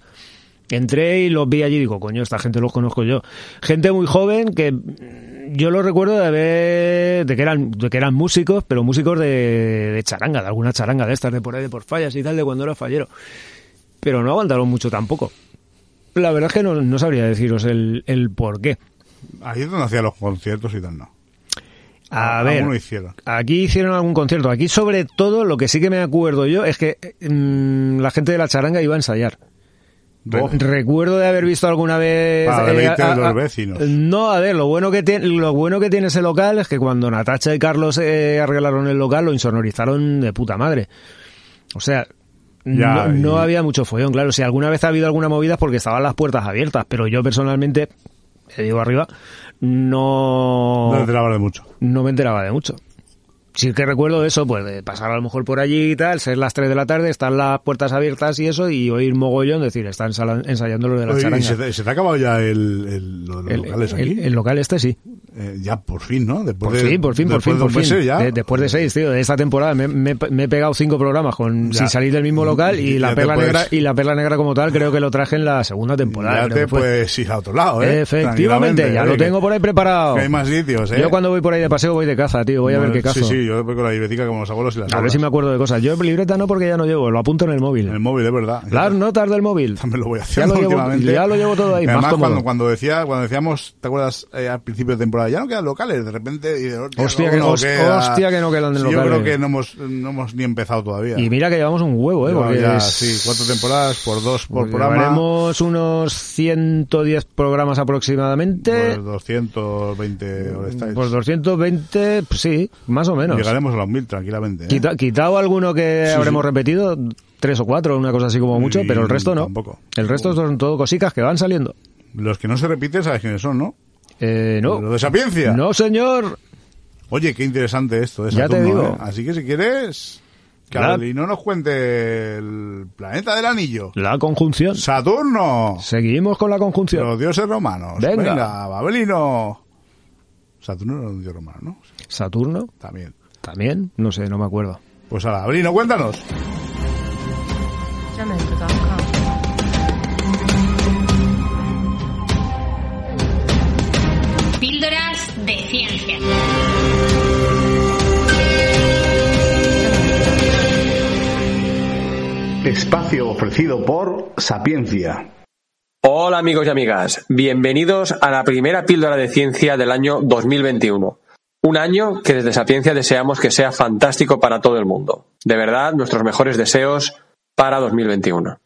Speaker 3: entré y los vi allí y digo, coño, esta gente los conozco yo. Gente muy joven que mm, yo lo recuerdo de haber, de que eran, de que eran músicos, pero músicos de, de charanga, de alguna charanga de estas, de por ahí, de por fallas y tal, de cuando era fallero pero no aguantaron mucho tampoco. La verdad es que no, no sabría deciros el, el por qué.
Speaker 2: Ahí es donde hacía los conciertos y tal, no.
Speaker 3: A
Speaker 2: Alguno
Speaker 3: ver,
Speaker 2: hicieron.
Speaker 3: aquí hicieron algún concierto. Aquí sobre todo lo que sí que me acuerdo yo es que mm, la gente de la charanga iba a ensayar.
Speaker 2: Re-
Speaker 3: Recuerdo de haber visto alguna vez. eh,
Speaker 2: Para deleite
Speaker 3: a-
Speaker 2: de los
Speaker 3: a-
Speaker 2: vecinos.
Speaker 3: No, a ver, lo bueno que tiene, lo bueno que tiene ese local es que cuando Natacha y Carlos eh, arreglaron el local lo insonorizaron de puta madre. O sea,
Speaker 2: Ya,
Speaker 3: no, no
Speaker 2: y-
Speaker 3: había mucho follón, claro. Si alguna vez ha habido alguna movida es porque estaban las puertas abiertas, pero yo personalmente, te digo arriba, no
Speaker 2: No te enterabas de mucho.
Speaker 3: no me enteraba de mucho. Sí que recuerdo eso, pues de pasar a lo mejor por allí y tal, ser las 3 de la tarde, están las puertas abiertas y eso, y oír mogollón decir, están ensala- ensayando lo de la
Speaker 2: Oye, ¿y
Speaker 3: charanga.
Speaker 2: se, te, se te ha acabado ya el, el- lo de los
Speaker 3: el,
Speaker 2: locales
Speaker 3: el-
Speaker 2: aquí?
Speaker 3: el local este sí.
Speaker 2: Eh, ya por fin, ¿no? Después
Speaker 3: Por
Speaker 2: de-
Speaker 3: fin, por fin, por
Speaker 2: después
Speaker 3: fin,
Speaker 2: de
Speaker 3: por
Speaker 2: un
Speaker 3: fin.
Speaker 2: mes ya.
Speaker 3: De- después de seis, tío, de esta temporada me, me- me he pegado cinco programas con
Speaker 2: Ya.
Speaker 3: sin salir del mismo local y,
Speaker 2: Y
Speaker 3: la
Speaker 2: ya te
Speaker 3: perla
Speaker 2: puedes-
Speaker 3: negra y la perla negra como tal creo que lo traje en la segunda temporada.
Speaker 2: ya
Speaker 3: creo
Speaker 2: te
Speaker 3: que fue.
Speaker 2: puedes ir a otro lado, ¿eh?
Speaker 3: Efectivamente,
Speaker 2: Tranquilamente,
Speaker 3: ya
Speaker 2: ¿eh?
Speaker 3: lo
Speaker 2: Que-
Speaker 3: tengo por ahí preparado.
Speaker 2: que hay más sitios, ¿eh?
Speaker 3: Yo cuando voy por ahí de paseo voy de caza, tío, voy a ver
Speaker 2: Bueno,
Speaker 3: qué cazo.
Speaker 2: Sí, sí, yo voy con la libretica como los abuelos y las
Speaker 3: A ver
Speaker 2: abuelas.
Speaker 3: si me acuerdo de cosas. Yo libreta no porque ya no llevo, lo apunto en el móvil.
Speaker 2: En el móvil, es verdad.
Speaker 3: Las notas del móvil.
Speaker 2: También lo voy
Speaker 3: Ya
Speaker 2: haciendo
Speaker 3: lo llevo,
Speaker 2: últimamente.
Speaker 3: ya lo llevo todo ahí,
Speaker 2: Además,
Speaker 3: más cómodo.
Speaker 2: cuando, cuando, decía, cuando decíamos, ¿te acuerdas eh, al principio de temporada? Ya no quedan locales, de repente. y de,
Speaker 3: Hostia, que
Speaker 2: no
Speaker 3: hos- hostia, que no quedan
Speaker 2: Sí, Yo
Speaker 3: locales.
Speaker 2: creo que no hemos, no hemos ni empezado todavía.
Speaker 3: Y mira que llevamos un huevo, ¿eh?
Speaker 2: Ya,
Speaker 3: Porque
Speaker 2: ya,
Speaker 3: es-
Speaker 2: sí, cuatro temporadas por dos por
Speaker 3: porque
Speaker 2: programa.
Speaker 3: Llevaremos unos 110 programas aproximadamente.
Speaker 2: Por 220 horas estáis.
Speaker 3: Pues 220, pues sí, más o menos.
Speaker 2: Llegaremos a los mil tranquilamente. ¿eh?
Speaker 3: Quita- quitado alguno que
Speaker 2: Sí,
Speaker 3: habremos
Speaker 2: sí.
Speaker 3: repetido, tres o cuatro, una cosa así como mucho,
Speaker 2: Y
Speaker 3: pero el resto no.
Speaker 2: tampoco.
Speaker 3: El resto son todo cositas que van saliendo.
Speaker 2: Los que no se repiten, sabes quiénes son, ¿no?
Speaker 3: Eh, no.
Speaker 2: Los de Sapiencia.
Speaker 3: No, señor.
Speaker 2: Oye, qué interesante esto de
Speaker 3: Ya te
Speaker 2: Saturno.
Speaker 3: digo.
Speaker 2: ¿eh? Así que si quieres,
Speaker 3: Claro.
Speaker 2: Carol, y no nos cuente el planeta del anillo.
Speaker 3: La conjunción.
Speaker 2: Saturno.
Speaker 3: Seguimos con la conjunción.
Speaker 2: Los dioses romanos.
Speaker 3: Venga.
Speaker 2: Babelino. Saturno era un dios romano, ¿no? Sí,
Speaker 3: Saturno,
Speaker 2: También.
Speaker 3: también, no sé, no me acuerdo.
Speaker 2: Pues ahora, Babelino, cuéntanos.
Speaker 9: Píldoras de ciencia.
Speaker 10: Espacio ofrecido por Sapiencia.
Speaker 6: Hola amigos y amigas, bienvenidos a la primera píldora de ciencia del año 2021. Un año que desde Sapiencia deseamos que sea fantástico para todo el mundo. De verdad, nuestros mejores deseos para 2021.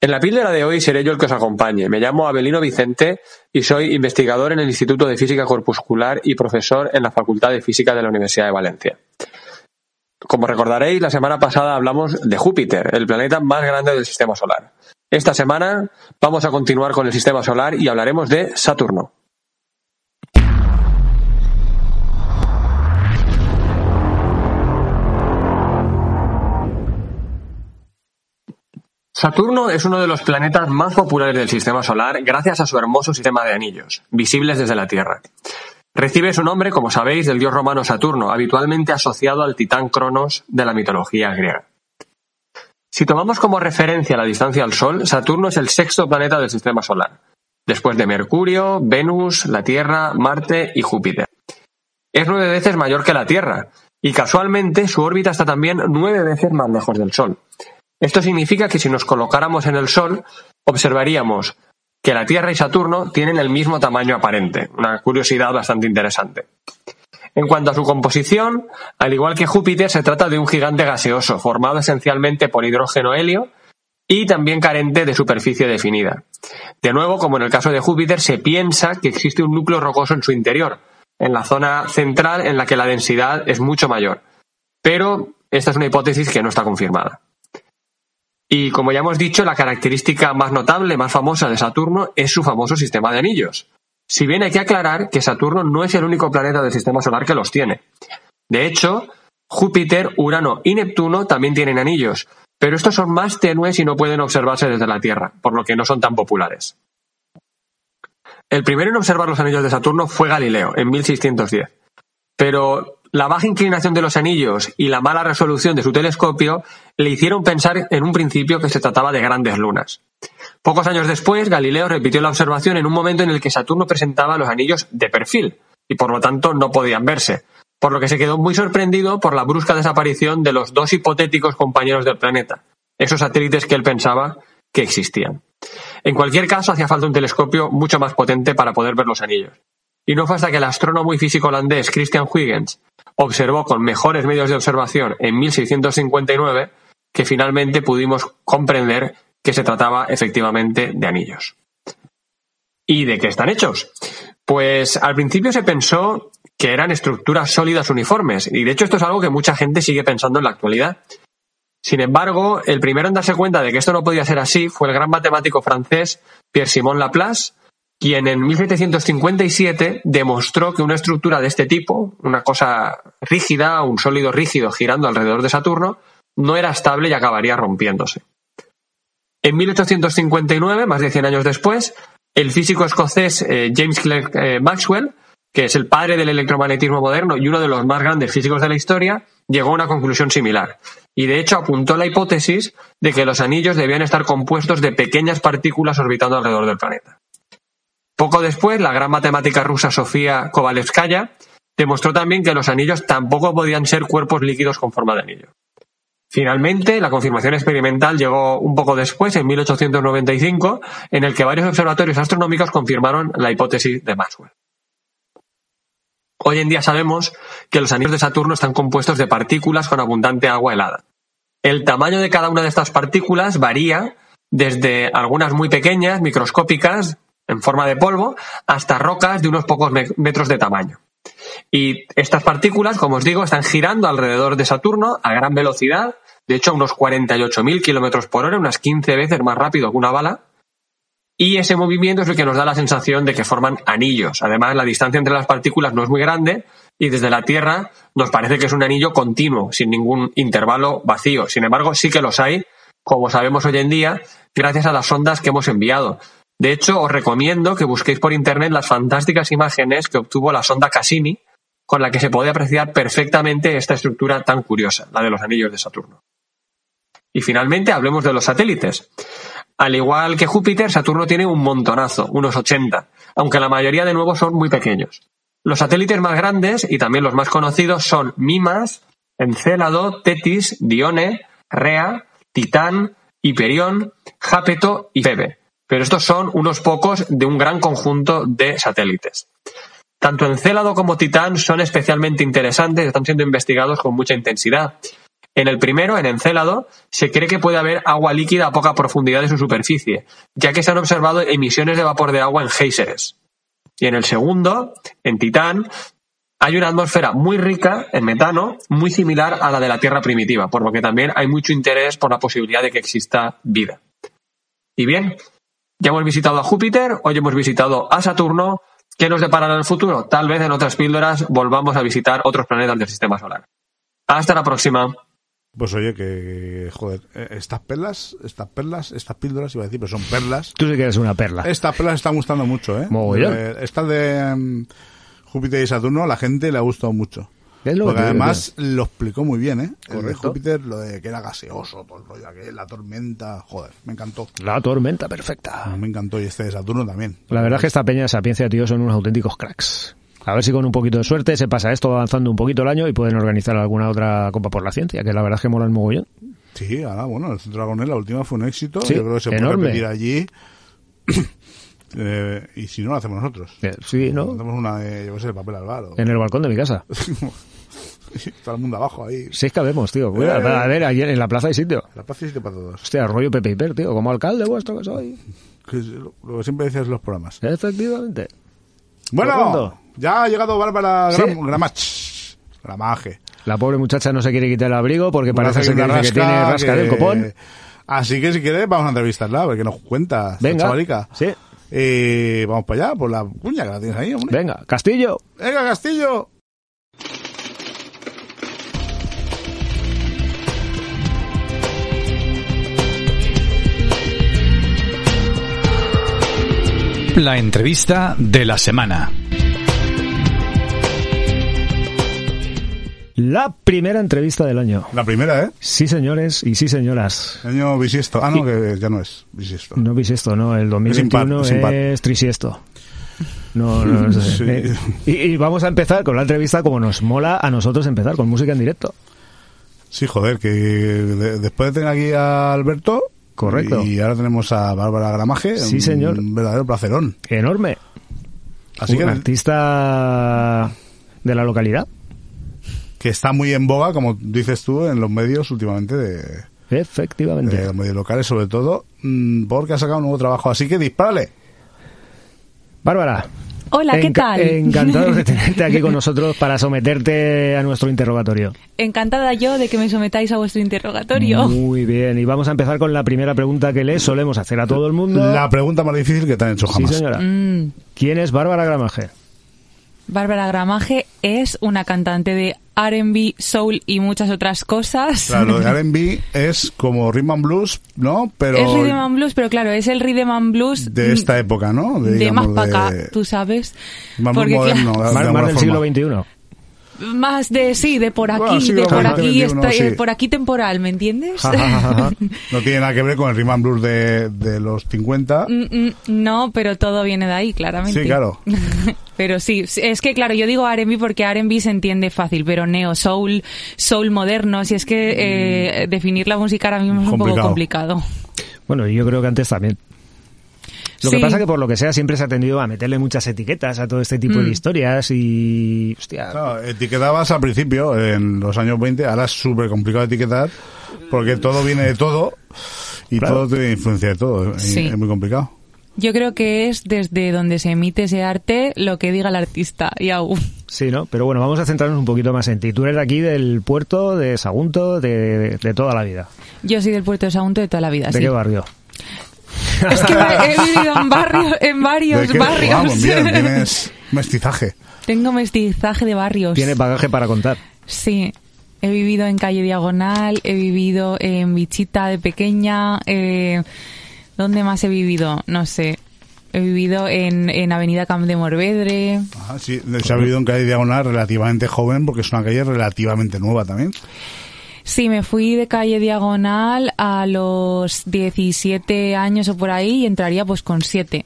Speaker 6: En la píldora de hoy seré yo el que os acompañe. Me llamo Abelino Vicente y soy investigador en el Instituto de Física Corpuscular y profesor en la Facultad de Física de la Universidad de Valencia. Como recordaréis, la semana pasada hablamos de Júpiter, el planeta más grande del sistema solar. Esta semana vamos a continuar con el sistema solar y hablaremos de Saturno. Saturno es uno de los planetas más populares del sistema solar gracias a su hermoso sistema de anillos, visibles desde la Tierra. Recibe su nombre, como sabéis, del dios romano Saturno, habitualmente asociado al titán Cronos de la mitología griega. Si tomamos como referencia la distancia al Sol, Saturno es el sexto planeta del sistema solar, después de Mercurio, Venus, la Tierra, Marte y Júpiter. Es nueve veces mayor que la Tierra, y casualmente su órbita está también nueve veces más lejos del Sol. Esto significa que si nos colocáramos en el Sol, observaríamos que la Tierra y Saturno tienen el mismo tamaño aparente, una curiosidad bastante interesante. En cuanto a su composición, al igual que Júpiter, se trata de un gigante gaseoso, formado esencialmente por hidrógeno-helio y también carente de superficie definida. De nuevo, como en el caso de Júpiter, se piensa que existe un núcleo rocoso en su interior, en la zona central en la que la densidad es mucho mayor. Pero esta es una hipótesis que no está confirmada. Y como ya hemos dicho, la característica más notable, más famosa de Saturno es su famoso sistema de anillos. Si bien hay que aclarar que Saturno no es el único planeta del sistema solar que los tiene. De hecho, Júpiter, Urano y Neptuno también tienen anillos, pero estos son más tenues y no pueden observarse desde la Tierra, por lo que no son tan populares. El primero en observar los anillos de Saturno fue Galileo, en 1610 pero la baja inclinación de los anillos y la mala resolución de su telescopio le hicieron pensar en un principio que se trataba de grandes lunas. Pocos años después, Galileo repitió la observación en un momento en el que Saturno presentaba los anillos de perfil y por lo tanto no podían verse, por lo que se quedó muy sorprendido por la brusca desaparición de los dos hipotéticos compañeros del planeta, esos satélites que él pensaba que existían. En cualquier caso, hacía falta un telescopio mucho más potente para poder ver los anillos. Y no fue hasta que el astrónomo y físico holandés Christian Huygens observó con mejores medios de observación en 1659 que finalmente pudimos comprender que se trataba efectivamente de anillos. ¿Y de qué están hechos? Pues al principio se pensó que eran estructuras sólidas uniformes, y de hecho esto es algo que mucha gente sigue pensando en la actualidad. Sin embargo, el primero en darse cuenta de que esto no podía ser así fue el gran matemático francés Pierre-Simon Laplace, quien en 1757 demostró que una estructura de este tipo, una cosa rígida, un sólido rígido girando alrededor de Saturno, no era estable y acabaría rompiéndose. En 1859, más de 100 años después, el físico escocés eh, James Clerk eh, Maxwell, que es el padre del electromagnetismo moderno y uno de los más grandes físicos de la historia, llegó a una conclusión similar. Y de hecho apuntó la hipótesis de que los anillos debían estar compuestos de pequeñas partículas orbitando alrededor del planeta. Poco después, la gran matemática rusa Sofía Kovalevskaya demostró también que los anillos tampoco podían ser cuerpos líquidos con forma de anillo. Finalmente, la confirmación experimental llegó un poco después, en 1895, en el que varios observatorios astronómicos confirmaron la hipótesis de Maxwell. Hoy en día sabemos que los anillos de Saturno están compuestos de partículas con abundante agua helada. El tamaño de cada una de estas partículas varía desde algunas muy pequeñas, microscópicas, en forma de polvo hasta rocas de unos pocos metros de tamaño. Y estas partículas, como os digo, están girando alrededor de Saturno a gran velocidad, de hecho a unos 48.000 kilómetros por hora, unas 15 veces más rápido que una bala. Y ese movimiento es el que nos da la sensación de que forman anillos. Además, la distancia entre las partículas no es muy grande y desde la Tierra nos parece que es un anillo continuo, sin ningún intervalo vacío. Sin embargo, sí que los hay, como sabemos hoy en día, gracias a las ondas que hemos enviado. De hecho, os recomiendo que busquéis por internet las fantásticas imágenes que obtuvo la sonda Cassini, con la que se puede apreciar perfectamente esta estructura tan curiosa, la de los anillos de Saturno. Y finalmente, hablemos de los satélites. Al igual que Júpiter, Saturno tiene un montonazo, unos 80, aunque la mayoría de nuevo son muy pequeños. Los satélites más grandes y también los más conocidos son Mimas, Encélado, Tetis, Dione, Rea, Titán, Hiperión, Japeto y Febe pero estos son unos pocos de un gran conjunto de satélites. Tanto Encélado como Titán son especialmente interesantes y están siendo investigados con mucha intensidad. En el primero, en Encélado, se cree que puede haber agua líquida a poca profundidad de su superficie, ya que se han observado emisiones de vapor de agua en géiseres. Y en el segundo, en Titán, hay una atmósfera muy rica en metano, muy similar a la de la Tierra primitiva, por lo que también hay mucho interés por la posibilidad de que exista vida. Y bien, ya hemos visitado a Júpiter, hoy hemos visitado a Saturno. ¿Qué nos deparará el futuro? Tal vez en otras píldoras volvamos a visitar otros planetas del sistema solar. Hasta la próxima.
Speaker 2: Pues oye, que joder, eh, estas perlas, estas perlas, estas píldoras, iba a decir, pero son perlas.
Speaker 3: Tú sí que eres una perla.
Speaker 2: Estas perlas están gustando mucho, ¿eh?
Speaker 3: Mogollón.
Speaker 2: Eh, Esta de mm, Júpiter y Saturno, a la gente le ha gustado mucho.
Speaker 3: Es lo que
Speaker 2: Porque
Speaker 3: te digo,
Speaker 2: además lo explicó muy bien, ¿eh? El de
Speaker 3: Correcto.
Speaker 2: Júpiter, lo de que era gaseoso, todo el rollo, aquel, la tormenta, joder, me encantó.
Speaker 3: La tormenta perfecta.
Speaker 2: Me encantó y este de Saturno también.
Speaker 3: La verdad es que esta peña de sapiencia, tío, son unos auténticos cracks. A ver si con un poquito de suerte se pasa esto avanzando un poquito el año y pueden organizar alguna otra copa por la ciencia, que la verdad es que mola el mogollón.
Speaker 2: Sí, ahora, bueno, el Centro Aragonés, la última fue un éxito.
Speaker 3: Sí,
Speaker 2: Yo creo que se
Speaker 3: enorme.
Speaker 2: puede repetir allí. Eh, y si no, lo hacemos nosotros.
Speaker 3: Eh, Sí, ¿no?
Speaker 2: Hacemos una de, yo qué sé, de papel al bar. o-
Speaker 3: En el balcón de mi casa.
Speaker 2: Todo el mundo abajo ahí.
Speaker 3: Sí, cabemos, tío. Cuida,
Speaker 2: Eh.
Speaker 3: A ver, ahí en la plaza hay sitio.
Speaker 2: La paz existe para todos.
Speaker 3: Hostia, rollo Pepe y Per, tío, como alcalde vuestro que soy.
Speaker 2: Que es lo lo que siempre decías en los programas.
Speaker 3: Efectivamente.
Speaker 2: Bueno,
Speaker 3: Profundo.
Speaker 2: ya ha llegado Bárbara
Speaker 3: ¿Sí?
Speaker 2: Gram- Gramach. Gramaje.
Speaker 3: La pobre muchacha no se quiere quitar el abrigo porque parece
Speaker 2: Parece
Speaker 3: ser que,
Speaker 2: una
Speaker 3: dice que tiene
Speaker 2: rasca
Speaker 3: rasca
Speaker 2: que-
Speaker 3: del copón.
Speaker 2: Así que si quieres, vamos a entrevistarla, a ver qué nos cuenta. esta
Speaker 3: Venga.
Speaker 2: Chavalica.
Speaker 3: Sí.
Speaker 2: Eh, vamos para allá, por la cuña que la tienes ahí, hombre.
Speaker 3: Venga, Castillo.
Speaker 2: Venga, Castillo.
Speaker 5: La entrevista de la semana.
Speaker 3: La primera entrevista del año.
Speaker 2: La primera, ¿eh?
Speaker 3: Sí, señores y sí, señoras.
Speaker 2: Año bisiesto. Ah, no, que ya no es bisiesto.
Speaker 3: No bisiesto, no. El
Speaker 2: Es impar,
Speaker 3: 2021
Speaker 2: es
Speaker 3: es,
Speaker 2: impar.
Speaker 3: trisiesto. No, no, no sé.
Speaker 2: Sí.
Speaker 3: Eh, y, y vamos a empezar con la entrevista como nos mola a nosotros empezar con música en directo.
Speaker 2: Sí, joder, que de- después de tener aquí a Alberto,
Speaker 3: Correcto.
Speaker 2: Y ahora tenemos a Bárbara Gramaje.
Speaker 3: Sí, señor.
Speaker 2: Un verdadero placerón.
Speaker 3: Enorme.
Speaker 2: Así
Speaker 3: un
Speaker 2: que-
Speaker 3: artista de la localidad.
Speaker 2: Que está muy en boga, como dices tú, en los medios últimamente de,
Speaker 3: Efectivamente.
Speaker 2: de los medios locales, sobre todo, mm, porque ha sacado un nuevo trabajo. Así que dispárale.
Speaker 3: Bárbara.
Speaker 11: Hola, ¿qué
Speaker 3: enca-
Speaker 11: tal?
Speaker 3: Encantados de tenerte aquí con nosotros para someterte a nuestro interrogatorio.
Speaker 11: Encantada yo de que me sometáis a vuestro interrogatorio.
Speaker 2: Mm.
Speaker 3: Muy bien, y vamos a empezar con la primera pregunta que le solemos hacer a todo el mundo.
Speaker 2: La pregunta más difícil que te han hecho
Speaker 3: Sí,
Speaker 2: jamás.
Speaker 3: señora.
Speaker 11: Mm,
Speaker 3: ¿Quién es Bárbara Gramaje?
Speaker 11: Bárbara Gramaje es una cantante de RB, soul y muchas otras cosas.
Speaker 2: Claro, de R&B es como Rhythm and Blues, ¿no? Pero
Speaker 11: Es rhythm and blues, pero claro, es el rhythm and blues
Speaker 2: de esta época, ¿no?
Speaker 11: de más
Speaker 2: digamos,
Speaker 11: para acá,
Speaker 2: de-
Speaker 11: tú sabes.
Speaker 2: más
Speaker 11: Porque,
Speaker 2: moderno,
Speaker 11: claro,
Speaker 2: Ah, de
Speaker 3: Más,
Speaker 2: alguna
Speaker 3: más del
Speaker 2: forma.
Speaker 3: siglo XXI.
Speaker 11: Más de sí, de por aquí,
Speaker 2: Bueno, siglo
Speaker 11: de por
Speaker 2: XX,
Speaker 11: aquí,
Speaker 2: XXI,
Speaker 11: esta- eh,
Speaker 2: sí.
Speaker 11: por aquí temporal, ¿me entiendes?
Speaker 2: Ja, ja, ja, ja. no tiene nada que ver con el Rhythm and Blues de, de los 50.
Speaker 11: Mm, mm, no, pero todo viene de ahí, claramente.
Speaker 2: Sí, claro.
Speaker 11: Pero sí, sí, es que claro, yo digo R&B porque R&B se entiende fácil, pero neo soul, soul moderno, si es
Speaker 2: Mm.
Speaker 11: que eh, definir la música ahora mismo es un
Speaker 3: Complicado.
Speaker 11: poco complicado.
Speaker 3: Bueno, y yo creo que antes también. Lo que
Speaker 11: Sí.
Speaker 3: pasa que por lo que sea siempre se ha tendido a meterle muchas etiquetas a todo este tipo de
Speaker 11: Mm.
Speaker 3: historias y... Hostia,
Speaker 2: Claro, etiquetabas al principio, en los años 20, ahora es súper complicado etiquetar, porque todo viene de todo y
Speaker 3: Claro.
Speaker 2: todo tiene influencia de todo. y
Speaker 11: Sí.
Speaker 2: Es muy complicado.
Speaker 11: Yo creo que es desde donde se emite ese arte lo que diga el artista, y aún.
Speaker 3: Sí, ¿no? Pero bueno, vamos a centrarnos un poquito más en ti. Tú eres de aquí del puerto, de Sagunto, de, de- de toda la vida.
Speaker 11: Yo soy del puerto de Sagunto de toda la vida,
Speaker 3: ¿De
Speaker 11: Ah, sí.
Speaker 3: qué barrio?
Speaker 11: Es que he vivido en, barrio- en
Speaker 2: ¿De
Speaker 11: varios
Speaker 2: qué?
Speaker 11: barrios.
Speaker 2: Vamos, bien, tienes mestizaje.
Speaker 11: Tengo mestizaje de barrios.
Speaker 3: Tiene bagaje para contar.
Speaker 11: Sí, he vivido en Calle Diagonal, he vivido en Bichita de pequeña. Eh, ¿Dónde más he vivido? No sé. He vivido en, en Avenida Camp de Morvedre.
Speaker 2: Ajá, sí, se ha vivido en calle Diagonal relativamente joven, porque es una calle relativamente nueva también.
Speaker 11: Sí, me fui de Calle Diagonal a los 17 años o por ahí y entraría pues con 7.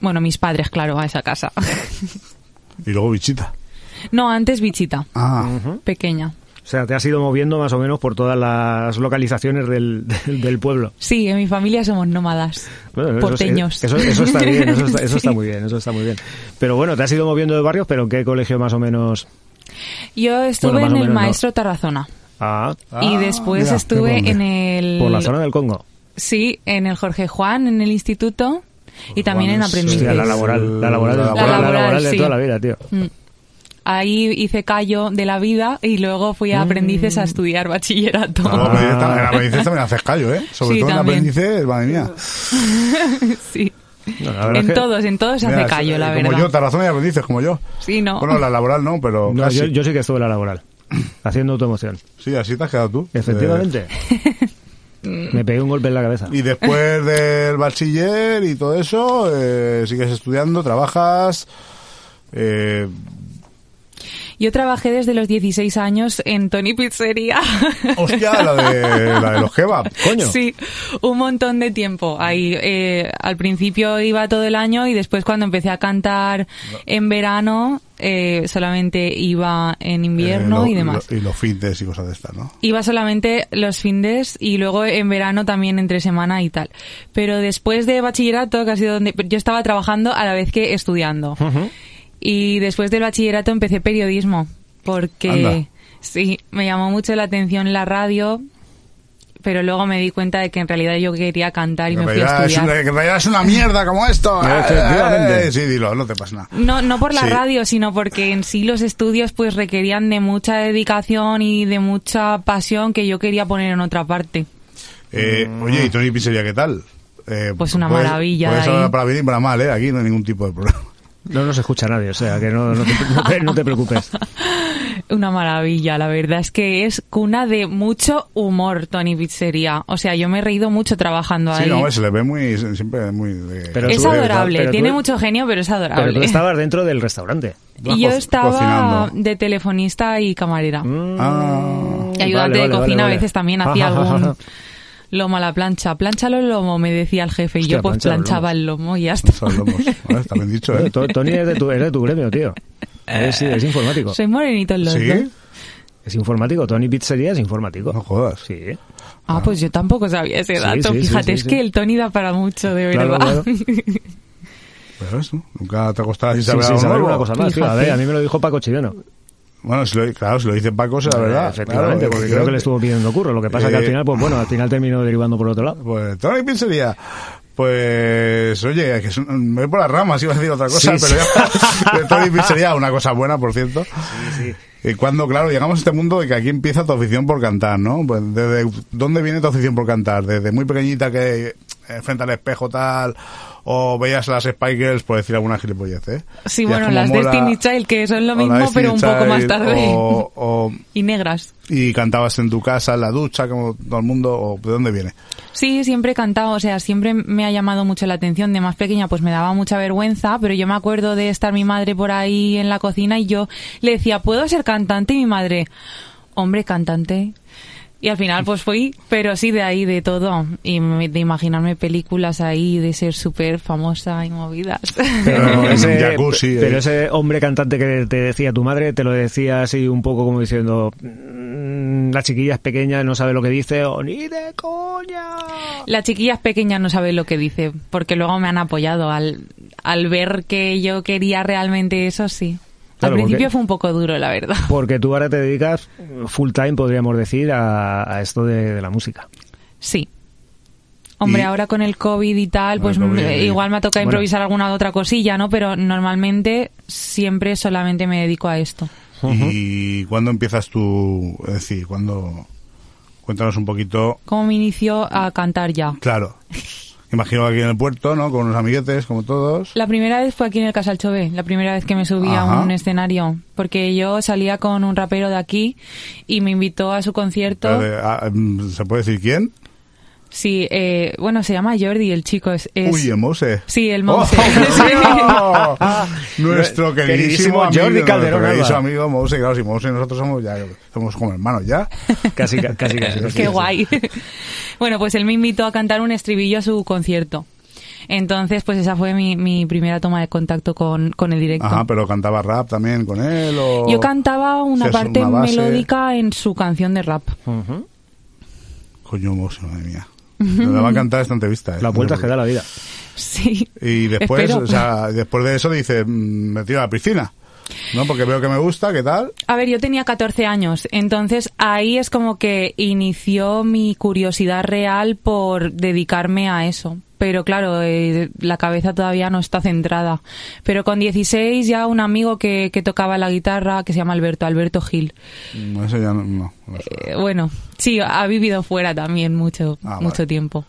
Speaker 11: Bueno, mis padres, claro, a esa casa.
Speaker 2: Y luego bichita.
Speaker 11: no, antes Bichita,
Speaker 2: Ah,
Speaker 11: pequeña.
Speaker 3: O sea, te has ido moviendo más o menos por todas las localizaciones del, del- del pueblo.
Speaker 11: Sí, en mi familia somos nómadas,
Speaker 3: Bueno, eso es-
Speaker 11: porteños.
Speaker 3: Eso, eso está bien, eso está, eso está
Speaker 11: Sí.
Speaker 3: muy bien, eso está muy bien. Pero bueno, te has ido moviendo de barrios, pero ¿en qué colegio más o menos?
Speaker 11: Yo estuve
Speaker 3: Bueno, más o
Speaker 11: en el
Speaker 3: menos no.
Speaker 11: maestro Tarazona.
Speaker 3: Ah,
Speaker 11: y después
Speaker 3: mira, qué
Speaker 11: estuve
Speaker 3: grande.
Speaker 11: en el
Speaker 3: por la zona del Congo.
Speaker 11: sí en el Jorge Juan en el instituto y también en aprendiz
Speaker 3: Pues Hostia, la laboral, la laboral,
Speaker 2: La
Speaker 3: la
Speaker 2: laboral,
Speaker 3: laboral, de
Speaker 11: sí.
Speaker 3: toda la vida, tío.
Speaker 11: ahí hice callo de la vida y luego fui
Speaker 3: Mm.
Speaker 11: a aprendices a estudiar bachillerato
Speaker 3: Ah.
Speaker 2: luego aprendices tam- en aprendices también haces callo, ¿eh? Sobre
Speaker 11: Sí,
Speaker 2: todo
Speaker 11: también.
Speaker 2: en aprendices, madre mía.
Speaker 11: sí
Speaker 3: No, la verdad
Speaker 11: en
Speaker 3: que- eh,
Speaker 11: todos en todos se hace
Speaker 2: Mira, eh,
Speaker 11: callo la
Speaker 2: como
Speaker 11: verdad
Speaker 2: yo, Tarazona y aprendices, como yo.
Speaker 11: sí no
Speaker 2: Bueno, la laboral no, pero
Speaker 3: No,
Speaker 2: casi.
Speaker 3: yo, yo sí que estuve en la laboral, haciendo automoción.
Speaker 2: Sí, así te has quedado tú. Eh,
Speaker 3: Efectivamente.
Speaker 11: Eh.
Speaker 3: Me pegué un golpe en la cabeza.
Speaker 2: Y después del bachiller y todo eso, eh, sigues estudiando, trabajas. eh,
Speaker 11: yo trabajé desde los 16 años en Tony Pizzería
Speaker 2: hostia, la de, la de los kebab.
Speaker 3: Coño.
Speaker 11: Sí, un montón de tiempo. Ahí, eh, al principio iba todo el año y después cuando empecé a cantar en verano eh, solamente iba en invierno
Speaker 2: Eh, lo-
Speaker 11: y demás.
Speaker 2: lo- y los fintes y cosas de estas, ¿no?
Speaker 11: Iba solamente los findes y luego en verano también entre semana y tal. Pero después de bachillerato, que ha sido donde yo estaba trabajando a la vez que estudiando. Y después del bachillerato empecé periodismo porque
Speaker 2: Anda.
Speaker 11: sí, me llamó mucho la atención la radio, pero luego me di cuenta de que en realidad yo quería cantar y
Speaker 2: En
Speaker 11: me fui a
Speaker 2: realidad, es una,
Speaker 11: estudiar.
Speaker 2: en realidad es una mierda como esto.
Speaker 3: Efectivamente.
Speaker 2: Eh, Sí, dilo, no te pasa nada.
Speaker 11: No, no por la
Speaker 2: Sí.
Speaker 11: radio, sino porque en sí los estudios pues requerían de mucha dedicación y de mucha pasión que yo quería poner en otra parte.
Speaker 2: Eh, Oye, ¿y Tony Pizzería qué tal? Eh,
Speaker 11: Pues una
Speaker 2: puedes-
Speaker 11: maravilla,
Speaker 2: Puedes
Speaker 11: ahí.
Speaker 2: hablar para bien y para mal, ¿eh? Aquí no hay ningún tipo de problema.
Speaker 3: No nos escucha nadie, o sea, que no, no, te, no te- no te preocupes.
Speaker 11: Una maravilla, la verdad es que es cuna de mucho humor, Tony Pizzería. O sea, yo me he reído mucho trabajando
Speaker 2: Sí,
Speaker 11: ahí.
Speaker 2: no, se le ve muy, siempre muy... de-
Speaker 3: Pero
Speaker 11: es
Speaker 3: tú-
Speaker 11: adorable,
Speaker 3: pero tú-
Speaker 11: tiene mucho genio, pero es
Speaker 3: Pero tú
Speaker 11: adorable.
Speaker 3: estabas dentro del restaurante.
Speaker 11: Y yo
Speaker 2: co-
Speaker 11: estaba
Speaker 2: cocinando.
Speaker 11: de telefonista y camarera.
Speaker 3: Mm.
Speaker 2: Ah,
Speaker 11: Y ayudante de
Speaker 3: Vale, vale,
Speaker 11: cocina
Speaker 3: vale,
Speaker 11: a veces
Speaker 3: vale.
Speaker 11: también
Speaker 3: Ajá,
Speaker 11: hacía
Speaker 3: ajá,
Speaker 11: algún
Speaker 3: ajá.
Speaker 11: lomo a la plancha. Plánchalo el lomo, me decía el jefe. Y
Speaker 3: Hostia,
Speaker 11: yo pues
Speaker 3: plancha los
Speaker 11: planchaba el lomo y ya está.
Speaker 2: esos lomos. Vale, está bien dicho,
Speaker 3: Bueno,
Speaker 2: ¿eh?
Speaker 3: To- Tony es de tu, es de tu gremio, tío. Es, sí, es informático.
Speaker 11: Soy morenito en los
Speaker 2: ¿Sí?
Speaker 11: dos.
Speaker 3: Es informático, Tony Pizzería es informático. No
Speaker 2: jodas.
Speaker 3: Sí.
Speaker 11: Ah, pues yo tampoco sabía ese
Speaker 3: Sí,
Speaker 11: dato.
Speaker 3: sí, sí,
Speaker 11: Fíjate,
Speaker 3: sí,
Speaker 11: es
Speaker 3: sí.
Speaker 11: que el Tony da para mucho, de
Speaker 3: Claro,
Speaker 11: verdad.
Speaker 2: Pero eso, nunca te acostarás sin
Speaker 3: Sí,
Speaker 2: saber
Speaker 3: sin
Speaker 2: algo
Speaker 3: saber
Speaker 2: nuevo.
Speaker 3: una cosa más, tío. A ver, a mí me lo dijo Paco Chileno.
Speaker 2: Bueno, si lo, claro, si lo dice Paco, es la verdad.
Speaker 3: Eh, Efectivamente,
Speaker 2: claro,
Speaker 3: porque creo que le estuvo pidiendo curro. Lo que pasa que al
Speaker 2: Eh,
Speaker 3: final, pues bueno, al final terminó derivando por otro lado.
Speaker 2: Pues Tony Pizzería. Pues, oye, que es un- me voy por las ramas, iba a decir otra cosa,
Speaker 3: Sí,
Speaker 2: pero
Speaker 3: sí.
Speaker 2: ya. de Tony Pizzería, una cosa buena, por cierto. Y cuando, claro, llegamos a este mundo de que aquí empieza tu afición por cantar, ¿no? Pues, ¿desde dónde viene tu afición por cantar? ¿Desde muy pequeñita que eh, frente al espejo tal? ¿O veías las Spikers, por decir alguna gilipollez, eh?
Speaker 11: Sí,
Speaker 2: Y es
Speaker 11: bueno,
Speaker 2: como
Speaker 11: las
Speaker 2: mola-
Speaker 11: Destiny Child, que son
Speaker 2: o
Speaker 11: lo
Speaker 2: la
Speaker 11: mismo, pero un
Speaker 2: Destiny
Speaker 11: poco más
Speaker 2: Child,
Speaker 11: tarde.
Speaker 2: o- o-
Speaker 11: Y negras.
Speaker 2: y cantabas en tu casa, en la ducha, como todo el mundo, o ¿de dónde viene?
Speaker 11: Sí, siempre he cantado, o sea, siempre me ha llamado mucho la atención. De más pequeña, pues me daba mucha vergüenza, pero yo me acuerdo de estar mi madre por ahí en la cocina y yo le decía, ¿puedo ser cantante? Y mi madre, hombre, cantante. Y al final, pues fui, pero sí, de ahí, de todo. Y me- de imaginarme películas ahí, de ser súper famosa y movidas.
Speaker 2: En
Speaker 3: Pero ese,
Speaker 2: jacuzzi, eh.
Speaker 3: pero ese hombre cantante que te decía tu madre, te lo decía así un poco como diciendo, "Mm, la chiquilla es pequeña, no sabe lo que dice, o ni de coña.
Speaker 11: Las chiquillas pequeñas no saben lo que dice, porque luego me han apoyado al, al ver que yo quería realmente eso, sí.
Speaker 3: Claro,
Speaker 11: al principio
Speaker 3: porque-
Speaker 11: fue un poco duro, la verdad.
Speaker 3: Porque tú ahora te dedicas full time, podríamos decir, a, a esto de, de la música.
Speaker 11: Sí. Hombre,
Speaker 3: Y-
Speaker 11: ahora con el COVID y tal, pues
Speaker 3: el COVID,
Speaker 11: me-
Speaker 3: sí.
Speaker 11: igual me ha tocado
Speaker 3: Bueno.
Speaker 11: improvisar alguna otra cosilla, ¿no? Pero normalmente siempre solamente me dedico a esto.
Speaker 2: ¿Y cuándo empiezas tú? Es decir, cuando Cuéntanos un poquito.
Speaker 11: ¿Cómo me inició a cantar ya?
Speaker 2: Claro. Imagino aquí en el puerto, ¿no? Con unos amiguetes, como todos.
Speaker 11: La primera vez fue aquí en el Casal Chové, la primera vez que me subí
Speaker 2: Ajá.
Speaker 11: a un escenario, porque yo salía con un rapero de aquí y me invitó a su concierto.
Speaker 2: Pero de- ah, mm, ¿Se puede decir quién?
Speaker 11: Sí, eh, bueno, se llama Jordi, el chico es... es-
Speaker 2: Uy, el Mose.
Speaker 11: Sí, el Mose.
Speaker 2: ¡Oh, no! nuestro
Speaker 3: Queridísimo
Speaker 2: queridísimo, amigo,
Speaker 3: Jordi
Speaker 2: nuestro
Speaker 3: Calderón
Speaker 2: queridísimo
Speaker 3: Alba.
Speaker 2: amigo Mose. Claro, si Mose y nosotros somos ya somos como hermanos ya.
Speaker 3: Casi, ca- casi, casi.
Speaker 2: Pues
Speaker 3: casi.
Speaker 11: Qué guay. bueno, pues él me invitó a cantar un estribillo a su concierto. Entonces, pues esa fue mi, mi primera toma de contacto con, con el directo.
Speaker 2: Ajá, pero cantaba rap también con él o
Speaker 11: Yo cantaba una
Speaker 2: Sí, es
Speaker 11: parte
Speaker 2: una base.
Speaker 11: melódica en su canción de rap.
Speaker 2: Coño, Mose, madre mía. Me va a cantar esta entrevista. ¿eh?
Speaker 3: Las vueltas que da la vida.
Speaker 11: Sí.
Speaker 2: Y después,
Speaker 11: Espero.
Speaker 2: o sea, después de eso dice, "Mm, me tiro a la piscina, ¿no? Porque veo que me gusta, ¿qué tal?
Speaker 11: A ver, yo tenía 14 años, entonces ahí es como que inició mi curiosidad real por dedicarme a eso. Pero claro, eh, la cabeza todavía no está centrada. Pero con 16 ya un amigo que, que tocaba la guitarra, que se llama Alberto, Alberto Gil.
Speaker 2: Mm, Eso ya no, no, no sé.
Speaker 11: Eh, bueno, sí, ha vivido fuera también mucho,
Speaker 2: Ah, vale.
Speaker 11: mucho tiempo.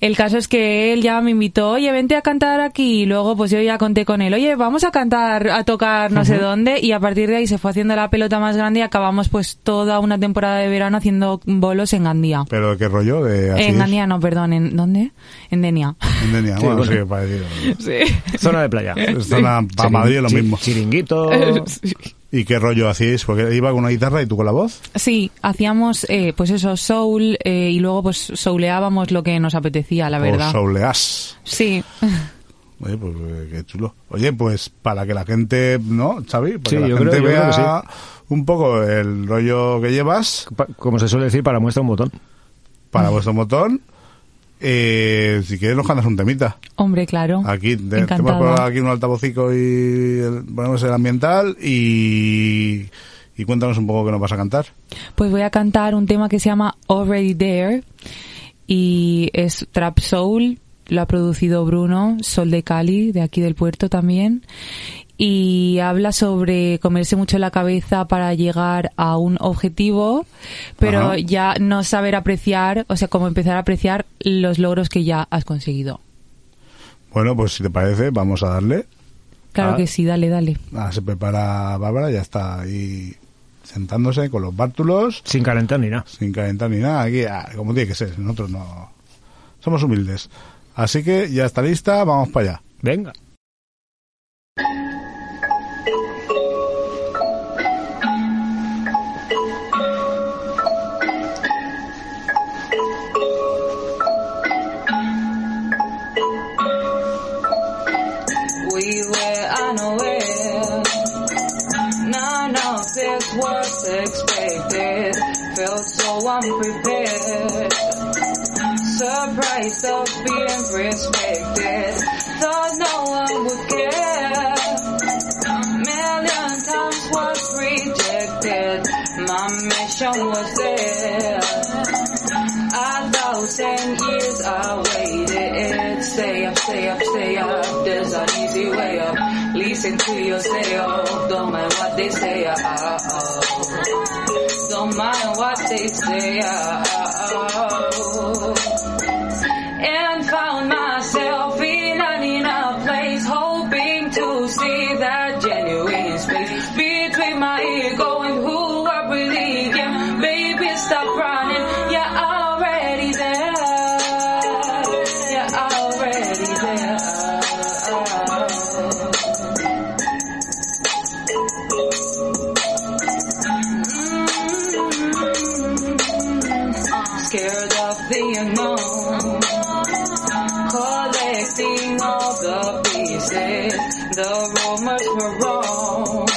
Speaker 11: El caso es que él ya me invitó, oye, vente a cantar aquí. Y luego, pues yo ya conté con él, oye, vamos a cantar, a tocar no sé dónde. Y a partir de ahí se fue haciendo la pelota más grande y acabamos, pues, toda una temporada de verano haciendo bolos en Gandía.
Speaker 2: Pero qué rollo de así.
Speaker 11: en Gandía, no, perdón, ¿en dónde? En Denia.
Speaker 2: En Denia,
Speaker 3: Sí,
Speaker 2: bueno, sí,
Speaker 3: bueno.
Speaker 2: parecido.
Speaker 11: Sí.
Speaker 3: Zona de playa.
Speaker 2: Zona pa' Madrid lo
Speaker 3: Chi-
Speaker 2: mismo.
Speaker 3: Chiringuito.
Speaker 2: ¿Y qué rollo hacéis? Porque iba con una guitarra y tú con la voz.
Speaker 11: Sí, hacíamos, eh, pues eso, soul, eh, y luego, pues, souleábamos lo que nos apetecía, la
Speaker 2: O
Speaker 11: verdad.
Speaker 2: sobleás.
Speaker 11: Sí.
Speaker 2: Oye, pues eh, qué chulo. Oye, pues para que la gente, ¿no, Xavi? Para
Speaker 3: Sí,
Speaker 2: que la
Speaker 3: yo
Speaker 2: gente
Speaker 3: creo- yo creo
Speaker 2: vea
Speaker 3: que
Speaker 2: un poco el rollo que llevas.
Speaker 3: Pa- Como se suele decir, para muestra un botón.
Speaker 2: para vuestro botón. Eh, si quieres nos cantas un temita.
Speaker 11: Hombre, claro.
Speaker 2: Aquí te, te hemos
Speaker 11: Encantada.
Speaker 2: colgado aquí un altavocico y el- ponemos el ambiental y, y cuéntanos un poco qué nos vas a cantar.
Speaker 11: Pues voy a cantar un tema que se llama Already There y es Trap Soul, lo ha producido Bruno, Sol de Cali, de aquí del puerto también, y habla sobre comerse mucho la cabeza para llegar a un objetivo, pero
Speaker 12: Ajá.
Speaker 11: ya no saber apreciar, o sea, como empezar a apreciar los logros que ya has conseguido.
Speaker 2: Bueno, pues si te parece, vamos a darle.
Speaker 11: Claro
Speaker 2: Ah.
Speaker 11: que sí, dale, dale.
Speaker 2: Ah, se prepara Bárbara, ya está ahí sentándose con los bártulos.
Speaker 3: Sin calentar ni nada.
Speaker 2: Sin calentar ni nada, aquí, ah, como tiene que ser, nosotros no. Somos humildes. Así que ya está lista, vamos para allá.
Speaker 3: Venga.
Speaker 12: We were unaware. None of it was expected. Felt so unprepared. Surprised of being respected. Thought no one would care. Million times was rejected. My mission was there. A thousand years I waited. Stay up, stay up, stay up. There's an easy way up. Listen to yourself. Don't mind what they say. ah, ah, ah. Don't mind what they say. ah, ah, ah. And found myself in an inner place, hoping to see that genuine space between my ego and who I really am. Baby, stop running. You're already there. You're already there. Mm-hmm. scared of the unknown. Collecting all the pieces, the rumors were wrong.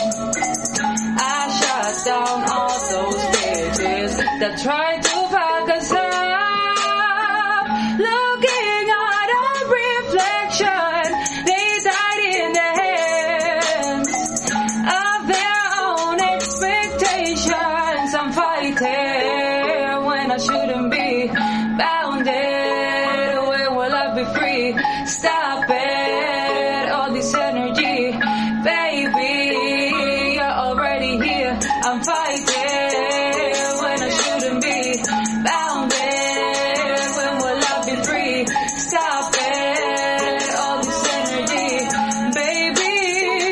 Speaker 12: I shut down all those pages that tried to fuck us up. Looking at our reflection, they died in the hands of their own expectations. I'm fighting when I shouldn't be bounded. When will I be free? Stop it, all this energy, baby. You're already here. I'm fighting when I shouldn't be bounded. When will I be free? Stop it, all this energy, baby.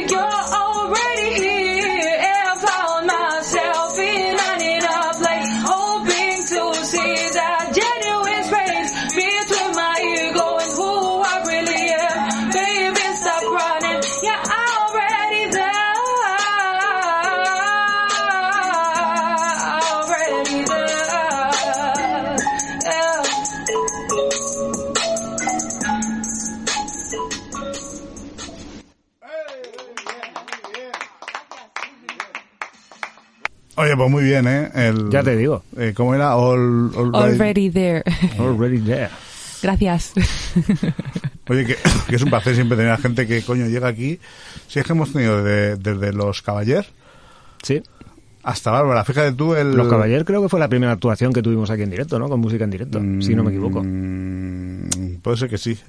Speaker 12: You're already here. And found myself in an inner place, hoping to see that genuine space between my ego and who I really am. Baby, stop running. You're already there. Already there.
Speaker 2: Oye, pues muy bien, ¿eh? ya te
Speaker 3: digo.
Speaker 2: ¿Cómo era? All, all right-
Speaker 11: Already there.
Speaker 2: Eh.
Speaker 3: Already there.
Speaker 11: Gracias.
Speaker 2: Oye, que, que es un placer siempre tener a gente que coño llega aquí. Si es que hemos tenido de- desde los Caballer.
Speaker 3: Sí.
Speaker 2: Hasta Bárbara. Fíjate tú el.
Speaker 3: Los Caballeros creo que fue la primera actuación que tuvimos aquí en directo, ¿no? Con música en directo, si
Speaker 2: Mm.
Speaker 3: no me equivoco.
Speaker 2: Puede ser que sí.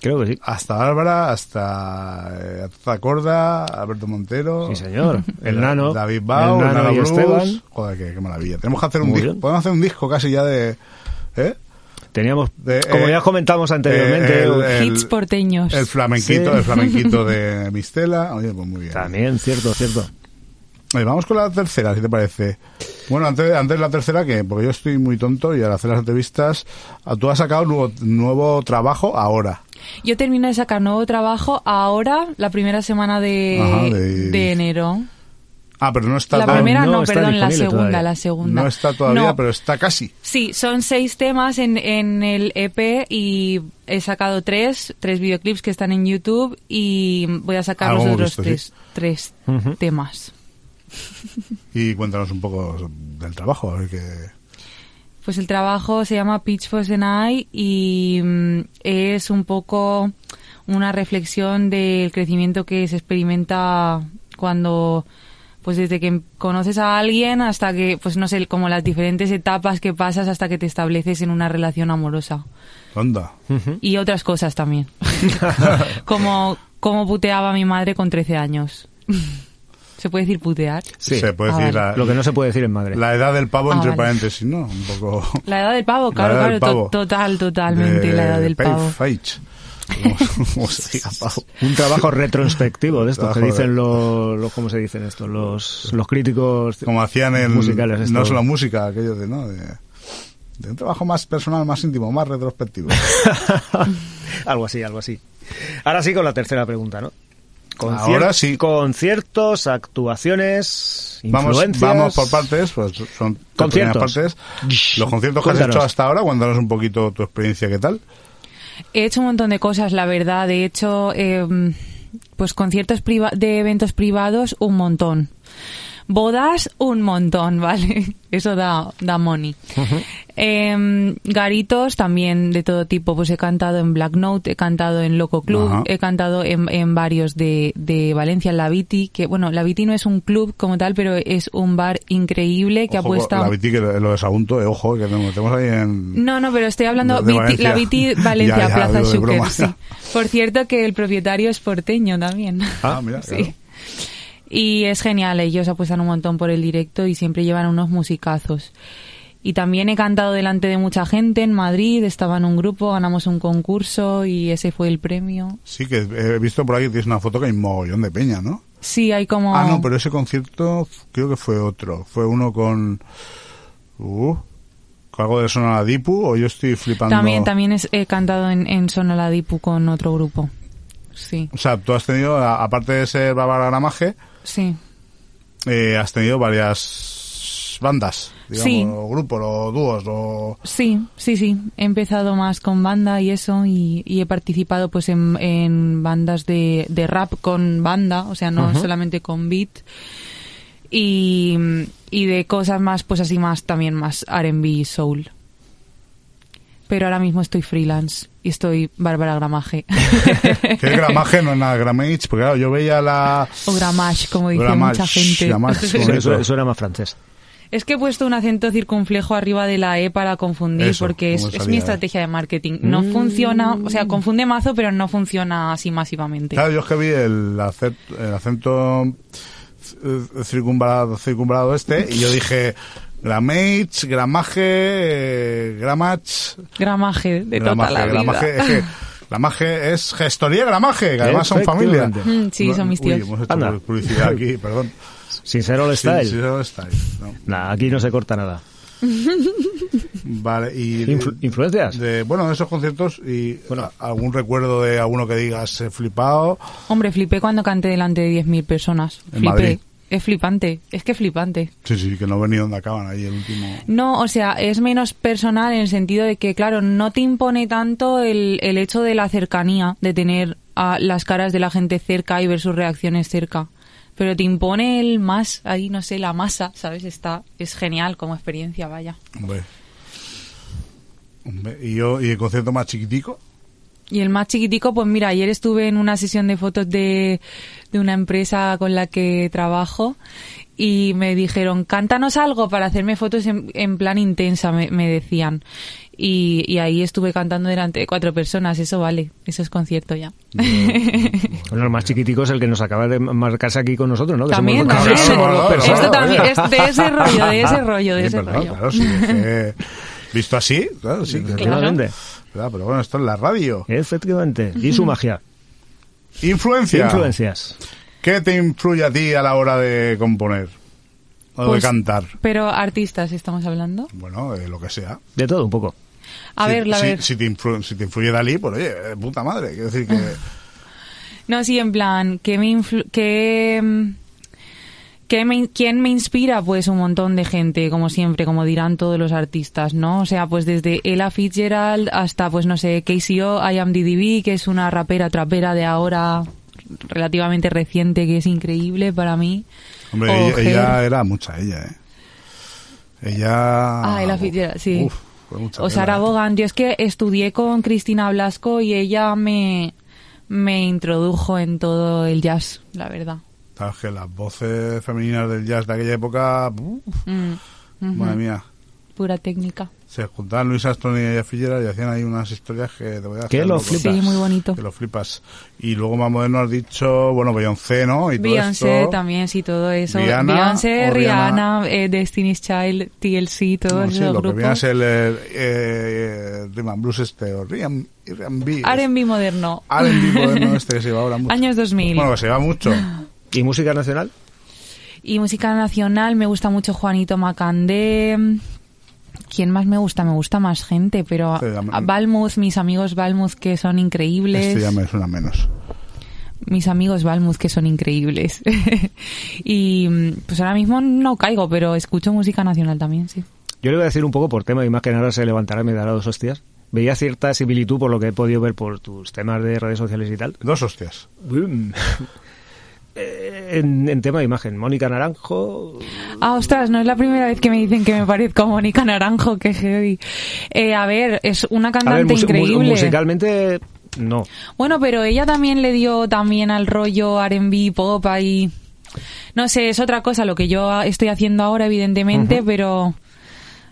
Speaker 3: Creo que sí.
Speaker 2: Hasta Bárbara, hasta, eh, hasta Corda, Alberto Montero.
Speaker 3: Sí, señor. El Nano,
Speaker 2: Oh. David Bao,
Speaker 3: el
Speaker 2: el
Speaker 3: Nano
Speaker 2: Nano
Speaker 3: y
Speaker 2: Blues.
Speaker 3: Esteban.
Speaker 2: Joder, qué, qué maravilla. Tenemos que hacer un
Speaker 3: Muy
Speaker 2: disco.
Speaker 3: bien.
Speaker 2: Podemos hacer un disco casi ya de. ¿Eh?
Speaker 3: Teníamos,
Speaker 2: De-
Speaker 3: como
Speaker 2: eh,
Speaker 3: ya comentamos
Speaker 2: eh,
Speaker 3: anteriormente,
Speaker 2: el-
Speaker 3: un-
Speaker 2: el-
Speaker 11: Hits porteños.
Speaker 2: El flamenquito,
Speaker 3: Pues Sí.
Speaker 2: el flamenquito de Mistela. Oye, pues muy bien.
Speaker 3: También, cierto, cierto.
Speaker 2: Oye, vamos con la tercera, si te parece. Bueno, antes, antes la tercera, que porque yo estoy muy tonto y al hacer las entrevistas, ah, tú has sacado nuevo, nuevo trabajo ahora.
Speaker 11: Yo termino de sacar nuevo trabajo ahora, la primera semana de,
Speaker 2: Ajá, de-
Speaker 11: de enero.
Speaker 2: Ah, pero no está
Speaker 11: La
Speaker 2: todavía-
Speaker 11: primera no, perdón, la segunda, la segunda.
Speaker 2: No está todavía,
Speaker 11: No.
Speaker 2: pero está casi.
Speaker 11: Sí, son seis temas en, en el EP y he sacado tres, tres videoclips que están en YouTube y voy a sacar
Speaker 2: Algo
Speaker 11: los
Speaker 2: hemos
Speaker 11: otros
Speaker 2: visto,
Speaker 11: tres,
Speaker 2: Ah, sí.
Speaker 11: tres
Speaker 2: Ujú.
Speaker 11: temas.
Speaker 2: Y cuéntanos un poco del trabajo, a ver qué-
Speaker 11: Pues el trabajo se llama Pitch for the Night y mm, es un poco una reflexión del crecimiento que se experimenta cuando pues desde que conoces a alguien hasta que pues no sé como las diferentes etapas que pasas hasta que te estableces en una relación amorosa
Speaker 2: onda.
Speaker 11: y otras cosas también como como puteaba mi madre con 13 años se puede decir putear
Speaker 2: Se puede
Speaker 11: Ah,
Speaker 2: decir
Speaker 11: vale.
Speaker 2: la-
Speaker 3: Lo que no se puede decir en Madrid.
Speaker 2: La edad del pavo
Speaker 11: Ah,
Speaker 2: entre
Speaker 11: vale.
Speaker 2: paréntesis, ¿no? Un poco...
Speaker 11: la edad del pavo
Speaker 2: La
Speaker 11: claro
Speaker 2: edad
Speaker 11: claro
Speaker 2: del
Speaker 11: to-
Speaker 2: pavo.
Speaker 11: total totalmente
Speaker 2: de-
Speaker 11: la edad del
Speaker 2: pay
Speaker 11: pavo
Speaker 2: fight. Como- como se diga, pavo.
Speaker 3: Un trabajo retrospectivo de estos que
Speaker 2: Trabajo de-
Speaker 3: dicen los, los- ¿cómo se dicen estos? Los, los críticos
Speaker 2: Como hacían en...
Speaker 3: musicales. estos.
Speaker 2: No solo música, aquello de, ¿no? De, de un trabajo más personal, más íntimo, más retrospectivo.
Speaker 3: Algo así, algo así. Ahora sí con la tercera pregunta, ¿no?
Speaker 2: Ahora sí.
Speaker 3: Conciertos, actuaciones,
Speaker 2: Vamos,
Speaker 3: influencias...
Speaker 2: vamos por partes, pues son
Speaker 3: Conciertos.
Speaker 2: pequeñas partes. Los conciertos que has
Speaker 3: Cuéntanos.
Speaker 2: hecho hasta ahora, cuéntanos un poquito tu experiencia, ¿qué tal?
Speaker 11: He hecho un montón de cosas, la verdad. He em, hecho eh, pues conciertos priva- de eventos privados un montón. Bodas, un montón, ¿vale? Eso da, da money. Em, garitos también de todo tipo. Pues he cantado en Black Note, he cantado en Loco Club,
Speaker 13: Ajá.
Speaker 11: he cantado en, en varios de, de Valencia, en La Viti, que bueno, La Viti no es un club como tal, pero es un bar increíble que
Speaker 2: Ojo,
Speaker 11: apuesta...
Speaker 2: La Viti, que lo desagunto, eh, ojo, que nos metemos ahí en...
Speaker 11: No, no, pero estoy hablando
Speaker 2: De
Speaker 11: Viti-
Speaker 2: Valencia.
Speaker 11: la Viti
Speaker 2: Ya,
Speaker 11: Valencia,
Speaker 2: ya,
Speaker 11: Plaza
Speaker 2: digo de
Speaker 11: Schuker,
Speaker 2: broma.
Speaker 11: sí. Por cierto que el propietario es porteño también.
Speaker 2: Ah, mira,
Speaker 11: Sí.
Speaker 2: claro.
Speaker 11: Y es genial, ellos apuestan un montón por el directo y siempre llevan unos musicazos. Y también he cantado delante de mucha gente en Madrid, estaba en un grupo, ganamos un concurso y ese fue el premio.
Speaker 2: Sí, que he visto por ahí que tienes una foto que hay un mogollón de peña, ¿no?
Speaker 11: Sí, hay como...
Speaker 2: Ah, no, pero ese concierto f- creo que fue otro. Fue uno con... Uh, con algo de Sonora Dipu, o yo estoy flipando...
Speaker 11: También, también es- he cantado en, en Sonoladipu con otro grupo. Sí,
Speaker 2: O sea, tú has tenido, a- aparte de ser Babaramaje,
Speaker 11: sí.
Speaker 2: eh, has tenido varias bandas, digamos,
Speaker 11: Sí.
Speaker 2: o grupos, o dúos, o...
Speaker 11: Sí, sí, sí. He empezado más con banda y eso, y, y he participado pues en, en bandas de, de rap con banda, o sea, no
Speaker 13: Ujú.
Speaker 11: solamente con beat. Y, y de cosas más, pues así más, también más RB y soul. Pero ahora mismo estoy freelance y estoy Bárbara Gramaje.
Speaker 2: Que el gramaje no es nada gramage, porque claro, yo veía la...
Speaker 11: o Gramage, como dice
Speaker 2: Gramage,
Speaker 11: mucha gente.
Speaker 2: Gramage,
Speaker 3: Eso,
Speaker 2: correcto.
Speaker 3: eso- eso era más francés.
Speaker 11: Es que he puesto un acento circunflejo arriba de la E para confundir,
Speaker 3: Eso,
Speaker 11: porque es,
Speaker 3: como
Speaker 11: es
Speaker 3: salía,
Speaker 11: mi
Speaker 3: ¿eh?
Speaker 11: estrategia de marketing. No
Speaker 3: Mm.
Speaker 11: funciona, o sea, confunde mazo, pero no funciona así masivamente.
Speaker 2: Claro, yo es que vi el acento, el acento eh, circunvalado, circunvalado este y yo dije gramage, gramaje, eh, gramach,
Speaker 11: Gramaje de toda
Speaker 2: gramaje,
Speaker 11: la vida.
Speaker 2: gramaje, es que gramaje es gestoría gramaje, que además son familia.
Speaker 3: Efectivamente.
Speaker 11: Mm, sí, son mis
Speaker 2: Uy,
Speaker 11: tíos.
Speaker 2: hemos hecho
Speaker 3: Anda.
Speaker 2: publicidad aquí, perdón.
Speaker 3: Sincero el
Speaker 2: Sí,
Speaker 3: style.
Speaker 2: sincero el style, no.
Speaker 3: Nah, aquí no se corta nada.
Speaker 2: Vale, y
Speaker 3: Influ-
Speaker 2: influencias. De, bueno, de esos conciertos y a- algún recuerdo de alguno que digas he flipado.
Speaker 11: Hombre, flipé cuando canté delante de 10.000 personas.
Speaker 2: En
Speaker 11: flipé.
Speaker 2: Madrid.
Speaker 11: Es flipante, es que flipante.
Speaker 2: Sí, sí, que no venía donde acaban ahí el último.
Speaker 11: No, o sea, es menos personal en el sentido de que, claro, no te impone tanto el, el hecho de la cercanía, de tener a las caras de la gente cerca y ver sus reacciones cerca. Pero te impone el más, ahí no sé, la masa, ¿sabes? Está, es genial como experiencia, vaya.
Speaker 2: Hombre. Hombre, Y yo, y el concierto más chiquitico.
Speaker 11: Y el más chiquitico, pues mira, ayer estuve en una sesión de fotos de, de una empresa con la que trabajo y me dijeron, cántanos algo para hacerme fotos en, en plan intensa, me, me decían. Y, y ahí estuve cantando delante de cuatro personas, eso vale, eso es concierto ya.
Speaker 2: Mm,
Speaker 3: Bueno, el más chiquitico es el que nos acaba de marcarse aquí con nosotros, ¿no? Que
Speaker 11: También,
Speaker 3: somos
Speaker 11: también.
Speaker 3: los- que somos
Speaker 11: Esto
Speaker 3: los personas.
Speaker 11: también, este es de ese rollo, de ese rollo, de
Speaker 2: Sí,
Speaker 11: ese
Speaker 2: perdón,
Speaker 11: rollo.
Speaker 2: Claro, sí, es que, visto así, claro, Eh. sí.
Speaker 3: Efectivamente.
Speaker 2: Claro, pero bueno, esto es la radio.
Speaker 3: Efectivamente. Y su magia.
Speaker 2: Influencia.
Speaker 3: Influencias.
Speaker 2: ¿Qué te influye a ti a la hora de componer? O
Speaker 11: Pues-
Speaker 2: de cantar.
Speaker 11: Pero artistas estamos hablando.
Speaker 2: Bueno, de lo que sea.
Speaker 3: De todo un poco.
Speaker 11: A ver, la
Speaker 2: si,
Speaker 11: ver-
Speaker 2: Si te, influ- si te influye Dalí, pues oye, eh, puta madre. Quiero decir que.
Speaker 11: No, sí, en plan, ¿qué me influ- qué, mm, qué me in- ¿quién me inspira? Pues un montón de gente, como siempre, como dirán todos los artistas, ¿no? O sea, pues desde Ella Fitzgerald hasta, pues no sé, KCO, I Am DDB, que es una rapera trapera de ahora relativamente reciente, que es increíble para mí.
Speaker 2: Hombre,
Speaker 11: O
Speaker 2: ella,
Speaker 11: Ger.
Speaker 2: ella era mucha, ella, ¿eh? Ella.
Speaker 11: Ah, Ella Fitzgerald, sí.
Speaker 2: Uf, fue mucha
Speaker 11: O Sara
Speaker 2: tela, ¿eh?
Speaker 11: Bogan, yo es que estudié con Cristina Blasco y ella me, me introdujo en todo el jazz, la verdad.
Speaker 2: Sabes que las voces femeninas del jazz de aquella época. uf,
Speaker 11: Mm, ujú.
Speaker 2: Madre mía.
Speaker 11: Pura técnica.
Speaker 2: Se juntaban Luis Astron y ella Figuera y hacían ahí unas historias que te voy a
Speaker 3: Que
Speaker 2: dejar
Speaker 3: lo
Speaker 2: loco.
Speaker 3: flipas. Sí,
Speaker 11: muy bonito.
Speaker 2: Que lo flipas. Y luego más moderno has dicho, bueno, Beyoncé, ¿no? Y todo
Speaker 11: Beyoncé
Speaker 2: esto.
Speaker 11: también, sí, todo eso.
Speaker 2: Rihanna
Speaker 11: Beyoncé,
Speaker 2: o Rihanna.
Speaker 11: Rihanna, eh, Destiny's Child, TLC, todos
Speaker 2: No, sí,
Speaker 11: esos
Speaker 2: lo que viene a
Speaker 11: grupos.
Speaker 2: ser el eh, eh, Rhythm and Blues este, o Rhythm R&B.
Speaker 11: R&B moderno.
Speaker 2: R&B moderno este que se lleva ahora mucho.
Speaker 11: Años 2000.
Speaker 2: Bueno, que se lleva mucho.
Speaker 3: ¿Y música nacional?
Speaker 11: Y música nacional, me gusta mucho Juanito Macandé. ¿Quién más me gusta? Me gusta más gente, pero
Speaker 2: Este ya me-
Speaker 11: a Balmuz, mis amigos Balmuz que son increíbles.
Speaker 2: Este ya me suena menos.
Speaker 11: mis amigos Balmuz que son increíbles. y mm, pues ahora mismo no caigo, pero escucho música nacional también, sí.
Speaker 3: Yo le voy a decir un poco por tema y más que nada se levantará y me dará dos hostias. Veía cierta similitud por lo que he podido ver por tus temas de redes sociales y tal.
Speaker 2: Dos hostias.
Speaker 3: Boom. eh, en, en tema de imagen. Mónica Naranjo.
Speaker 11: Ah, ostras, no es la primera vez que me dicen que me parezco a Mónica Naranjo, que heavy. Eh, a ver, es una
Speaker 3: A
Speaker 11: cantante
Speaker 3: ver, mus- mu-
Speaker 11: increíble.
Speaker 3: musicalmente, no.
Speaker 11: Bueno, pero ella también le dio también al rollo R&B, pop ahí. No sé, es otra cosa lo que yo estoy haciendo ahora, evidentemente, pero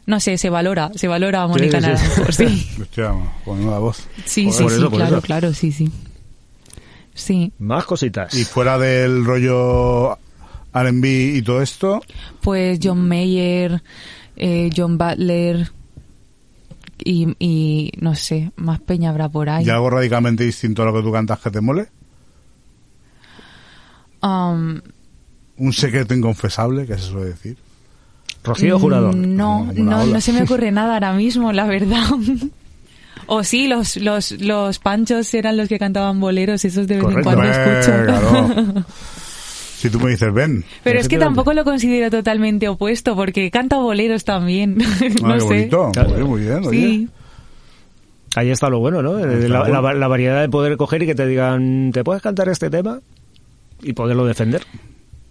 Speaker 11: no sé, se valora, se valora a Mónica Naranjo, sí.
Speaker 2: Hostia, con nueva voz.
Speaker 11: Sí, sí, sí, claro, claro, sí, sí. Sí,
Speaker 3: Más cositas.
Speaker 2: Y fuera del rollo RB y todo esto,
Speaker 11: pues John Mayer, eh, John Butler y, y no sé, más peña habrá por ahí.
Speaker 2: ¿y algo radicalmente distinto a lo que tú cantas que te mole?
Speaker 11: Um,
Speaker 2: ¿Un secreto inconfesable, que se suele decir?
Speaker 3: Rocío Jurado.
Speaker 11: mm, No,
Speaker 2: Como una
Speaker 11: no,
Speaker 2: ola.
Speaker 11: no se me ocurre nada ahora mismo, la verdad. O sí, los, los, los panchos eran los que cantaban boleros, esos de vez en cuando
Speaker 2: Eh,
Speaker 11: escucho.
Speaker 2: claro. Si tú me dices, ven.
Speaker 11: Pero es que tampoco lo considero totalmente opuesto, porque canta boleros también.
Speaker 2: Ah,
Speaker 11: no
Speaker 2: qué
Speaker 11: sé.
Speaker 2: bonito. Oye, muy bien, oye.
Speaker 11: Sí.
Speaker 3: Ahí está lo bueno, ¿no? Eh,
Speaker 2: está
Speaker 3: la,
Speaker 2: lo bueno.
Speaker 3: la- la variedad de poder coger y que te digan, ¿te puedes cantar este tema? Y poderlo defender.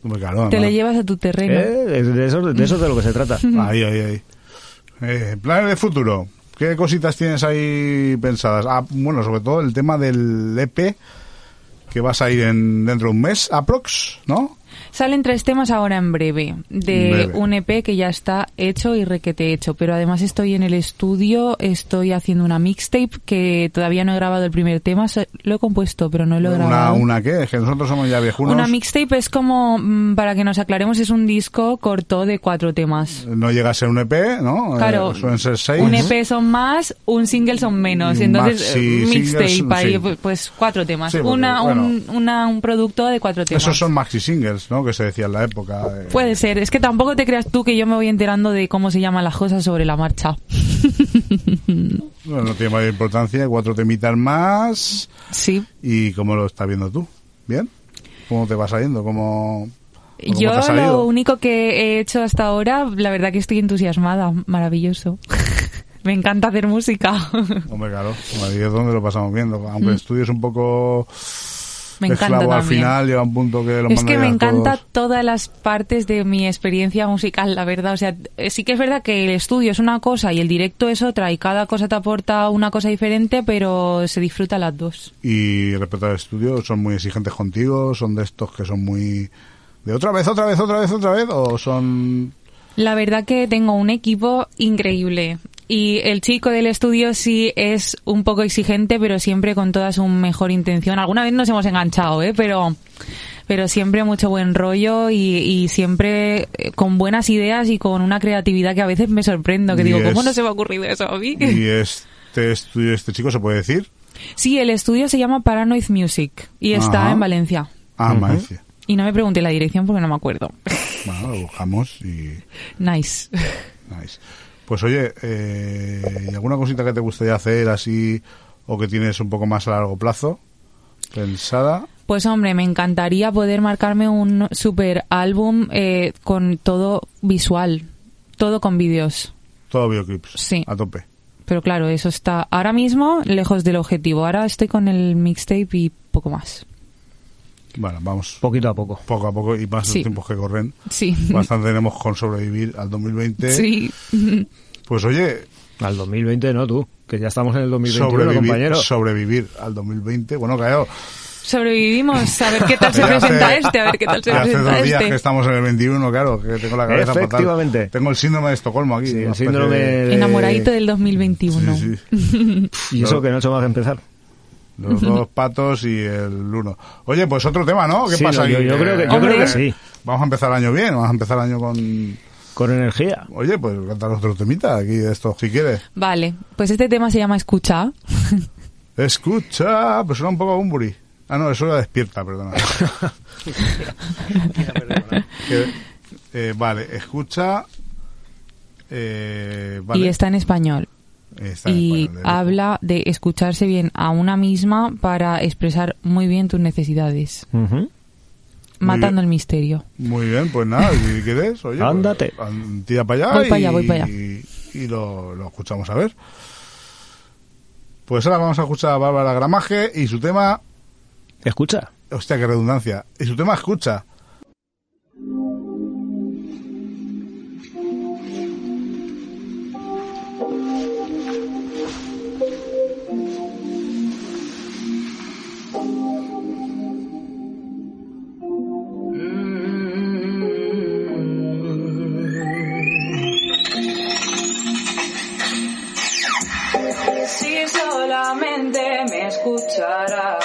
Speaker 2: Hombre, claro,
Speaker 11: Te lo
Speaker 2: además.
Speaker 11: llevas a tu terreno.
Speaker 3: Eh, es De, eso, de eso es de lo que se trata.
Speaker 2: Ahí, ahí, ahí. Eh, planes de futuro. ¿Qué cositas tienes ahí pensadas? Ah, bueno, sobre todo el tema del EP que vas a ir en, dentro de un mes, aprox, ¿no?
Speaker 11: Salen tres temas ahora en breve de
Speaker 2: Breve.
Speaker 11: un EP que ya está hecho y requete hecho, pero además estoy en el estudio, estoy haciendo una mixtape que todavía no he grabado el primer tema, so- lo he compuesto pero no lo he
Speaker 2: Una,
Speaker 11: grabado.
Speaker 2: una que es que nosotros somos ya viejunos.
Speaker 11: Una mixtape es como, mm, para que nos aclaremos, es un disco corto de cuatro temas.
Speaker 2: no llega a ser un EP, ¿no? Eh,
Speaker 11: Claro,
Speaker 2: suelen ser seis.
Speaker 11: Un E EP son más, un single son menos.
Speaker 2: Y un
Speaker 11: Entonces,
Speaker 2: maxi
Speaker 11: eh, mixtape,
Speaker 2: single,
Speaker 11: ahí,
Speaker 2: sí.
Speaker 11: pu- pues cuatro temas.
Speaker 2: Sí, porque,
Speaker 11: una,
Speaker 2: bueno.
Speaker 11: un, una- un producto de cuatro temas.
Speaker 2: Esos son maxi singles, ¿no? Que se decía en la época. eh.
Speaker 11: Puede ser, es que tampoco te creas tú que yo me voy enterando de cómo se llaman las cosas sobre la marcha.
Speaker 2: Bueno, no tiene mayor importancia. Cuatro temitas más.
Speaker 11: Sí.
Speaker 2: ¿Y cómo lo estás viendo tú? ¿Bien? ¿Cómo te va saliendo? ¿Cómo, cómo
Speaker 11: Yo
Speaker 2: te ha
Speaker 11: lo
Speaker 2: salido?
Speaker 11: único que he hecho hasta ahora, la verdad que estoy entusiasmada, maravilloso. me encanta hacer música.
Speaker 2: Hombre, claro, Madrid es donde lo pasamos viendo. Aunque el estudio es un poco
Speaker 11: Mm. Me encanta
Speaker 2: esclavo al
Speaker 11: también.
Speaker 2: final, llega un punto que lo
Speaker 11: Es
Speaker 2: mandan
Speaker 11: que
Speaker 2: a
Speaker 11: me
Speaker 2: todos.
Speaker 11: encanta todas las partes de mi experiencia musical, la verdad. O sea, eh, sí que es verdad que el estudio es una cosa y el directo es otra y cada cosa te aporta una cosa diferente, pero se disfruta las dos.
Speaker 2: Y respecto al estudio, ¿son muy exigentes contigo? ¿Son de estos que son muy... ¿De otra vez, otra vez, otra vez, otra vez? ¿O son...?
Speaker 11: La verdad que tengo un equipo increíble. Y el chico del estudio sí es un poco exigente, pero siempre con toda su mejor intención. Alguna vez nos hemos enganchado, ¿eh? Pero, pero siempre mucho buen rollo y, y siempre eh, con buenas ideas y con una creatividad que a veces me sorprendo. Que
Speaker 2: Y
Speaker 11: digo, ¿cómo
Speaker 2: es-
Speaker 11: no se me ha ocurrido eso a mí?
Speaker 2: ¿Y este estudio, este chico, se puede decir?
Speaker 11: Sí, el estudio se llama Paranoid Music y está
Speaker 2: Ajá.
Speaker 11: en Valencia.
Speaker 2: Ah, Valencia.
Speaker 11: Y no me pregunté la dirección porque no me acuerdo.
Speaker 2: Bueno, lo buscamos y...
Speaker 11: Nice.
Speaker 2: Nice. Pues oye, eh, ¿y alguna cosita que te gustaría hacer así o que tienes un poco más a largo plazo? Pensada.
Speaker 11: Pues hombre, me encantaría poder marcarme un super álbum eh, con todo visual, todo con vídeos.
Speaker 2: Todo videoclips.
Speaker 11: Sí.
Speaker 2: A tope.
Speaker 11: Pero claro, eso está ahora mismo lejos del objetivo. Ahora estoy con el mixtape y poco más.
Speaker 2: Bueno, vamos.
Speaker 3: Poquito a poco.
Speaker 2: Poco a poco y más
Speaker 11: Sí.
Speaker 2: los tiempos que corren.
Speaker 11: Sí.
Speaker 2: Bastante tenemos con sobrevivir al 2020.
Speaker 11: Sí.
Speaker 2: Pues oye,
Speaker 3: Al 2020 no, tú. Que ya estamos en el 2021,
Speaker 2: sobrevivir,
Speaker 3: compañero.
Speaker 2: sobrevivir al 2020. Bueno, claro.
Speaker 11: Sobrevivimos. A ver qué tal se
Speaker 2: Ya hace-
Speaker 11: presenta este, a ver qué tal se
Speaker 2: ya hace
Speaker 11: presenta
Speaker 2: dos días que
Speaker 11: este.
Speaker 2: estamos en el 21, claro, que tengo la cabeza fatal.
Speaker 3: Efectivamente.
Speaker 2: Tengo el síndrome de Estocolmo aquí.
Speaker 3: Sí, el
Speaker 2: una especie
Speaker 3: síndrome de-
Speaker 11: Enamoradito del 2021.
Speaker 2: eh, Sí, sí.
Speaker 3: Y eso que no se va a empezar.
Speaker 2: Los dos patos y el uno. Oye, pues otro tema, ¿no? ¿Qué
Speaker 3: Sí,
Speaker 2: pasa
Speaker 3: no, yo-
Speaker 2: ahí?
Speaker 3: yo creo que- yo
Speaker 11: creo que
Speaker 3: sí.
Speaker 2: Vamos a empezar el año bien, vamos a empezar el año con...
Speaker 3: Con energía.
Speaker 2: Oye, pues cantar otro temita aquí de estos, si quieres.
Speaker 11: Vale, pues este tema se llama Escucha.
Speaker 2: Escucha, pues suena un poco a Bumburi. Ah, no, eso era despierta, perdona. Que- eh, vale, escucha... eh, vale,
Speaker 11: Y está en español.
Speaker 2: está en
Speaker 11: y
Speaker 2: español, de-
Speaker 11: habla de escucharse bien a una misma para expresar muy bien tus necesidades,
Speaker 2: Muy
Speaker 11: matando
Speaker 2: bien.
Speaker 11: el misterio.
Speaker 2: Muy bien, pues nada, si quieres, oye, pues,
Speaker 3: Ándate.
Speaker 2: an- tira para allá
Speaker 11: Voy
Speaker 2: y,
Speaker 11: pa' allá, voy pa' allá.
Speaker 2: y, lo, lo escuchamos a ver. Pues ahora vamos a escuchar a Bárbara Gramaje y su tema
Speaker 3: Escucha.
Speaker 2: Hostia, qué redundancia. Y su tema escucha.
Speaker 12: Si solamente me escucharás,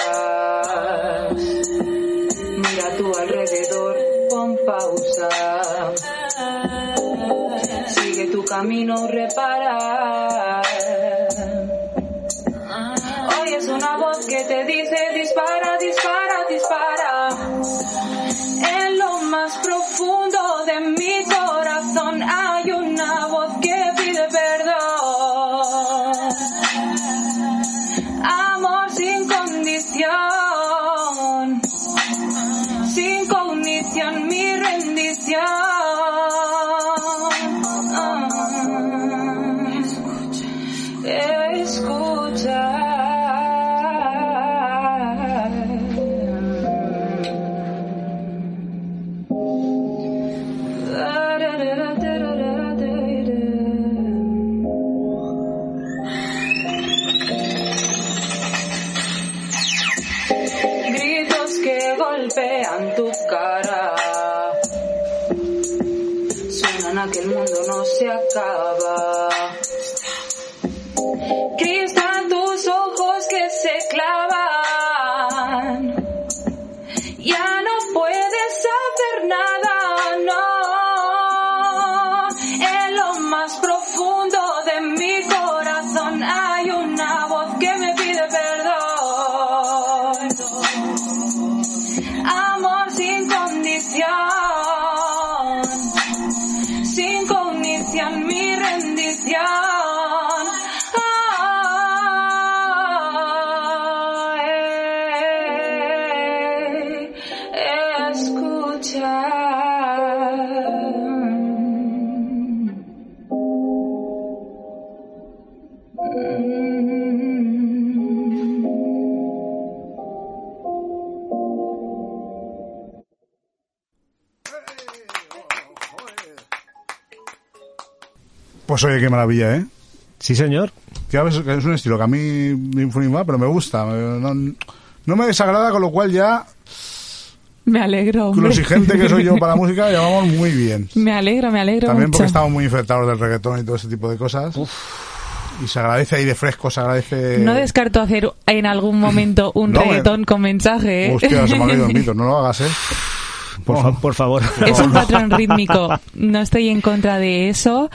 Speaker 12: mira a tu alrededor con pausa. Sigue tu camino, repara. Hoy es una voz que te dice dispara, dispara, dispara. En lo más profundo de mi corazón hay una voz que pide perdón. Amor sin condición. Sin condición mi rendición. Ah. Escucha. Gritos que golpean tu cara. Suenan a que el mundo no se acaba. Cristal tus ojos que se clavan. Ya no puedes saber nada, no. En lo más profundo de mi corazón hay una voz que me pide perdón. Amor sin condición. Sin condición mi rendición. Ah, Ay, eh, escuchar.
Speaker 2: Pues oye, qué maravilla, ¿eh?
Speaker 3: Sí, señor.
Speaker 2: Ya ves que es un estilo que a mí me influye pero me gusta. eh, No, no me desagrada, con lo cual ya,
Speaker 11: Me alegro.
Speaker 2: con
Speaker 11: hombre.
Speaker 2: lo exigente que soy yo para la música, ya vamos muy bien.
Speaker 11: Me alegro, me alegro
Speaker 2: También
Speaker 11: mucho.
Speaker 2: porque estamos muy infectados del reggaetón y todo ese tipo de cosas. Y se agradece ahí de fresco, se agradece...
Speaker 11: No descarto hacer en algún momento un
Speaker 2: eh, No, eh.
Speaker 11: reggaetón con mensaje. ¿eh?
Speaker 2: Hostia, se me ha caído el mito, no lo hagas, ¿eh?
Speaker 3: Por, fa- por favor.
Speaker 11: Oh. es un patrón rítmico. No estoy en contra de eso.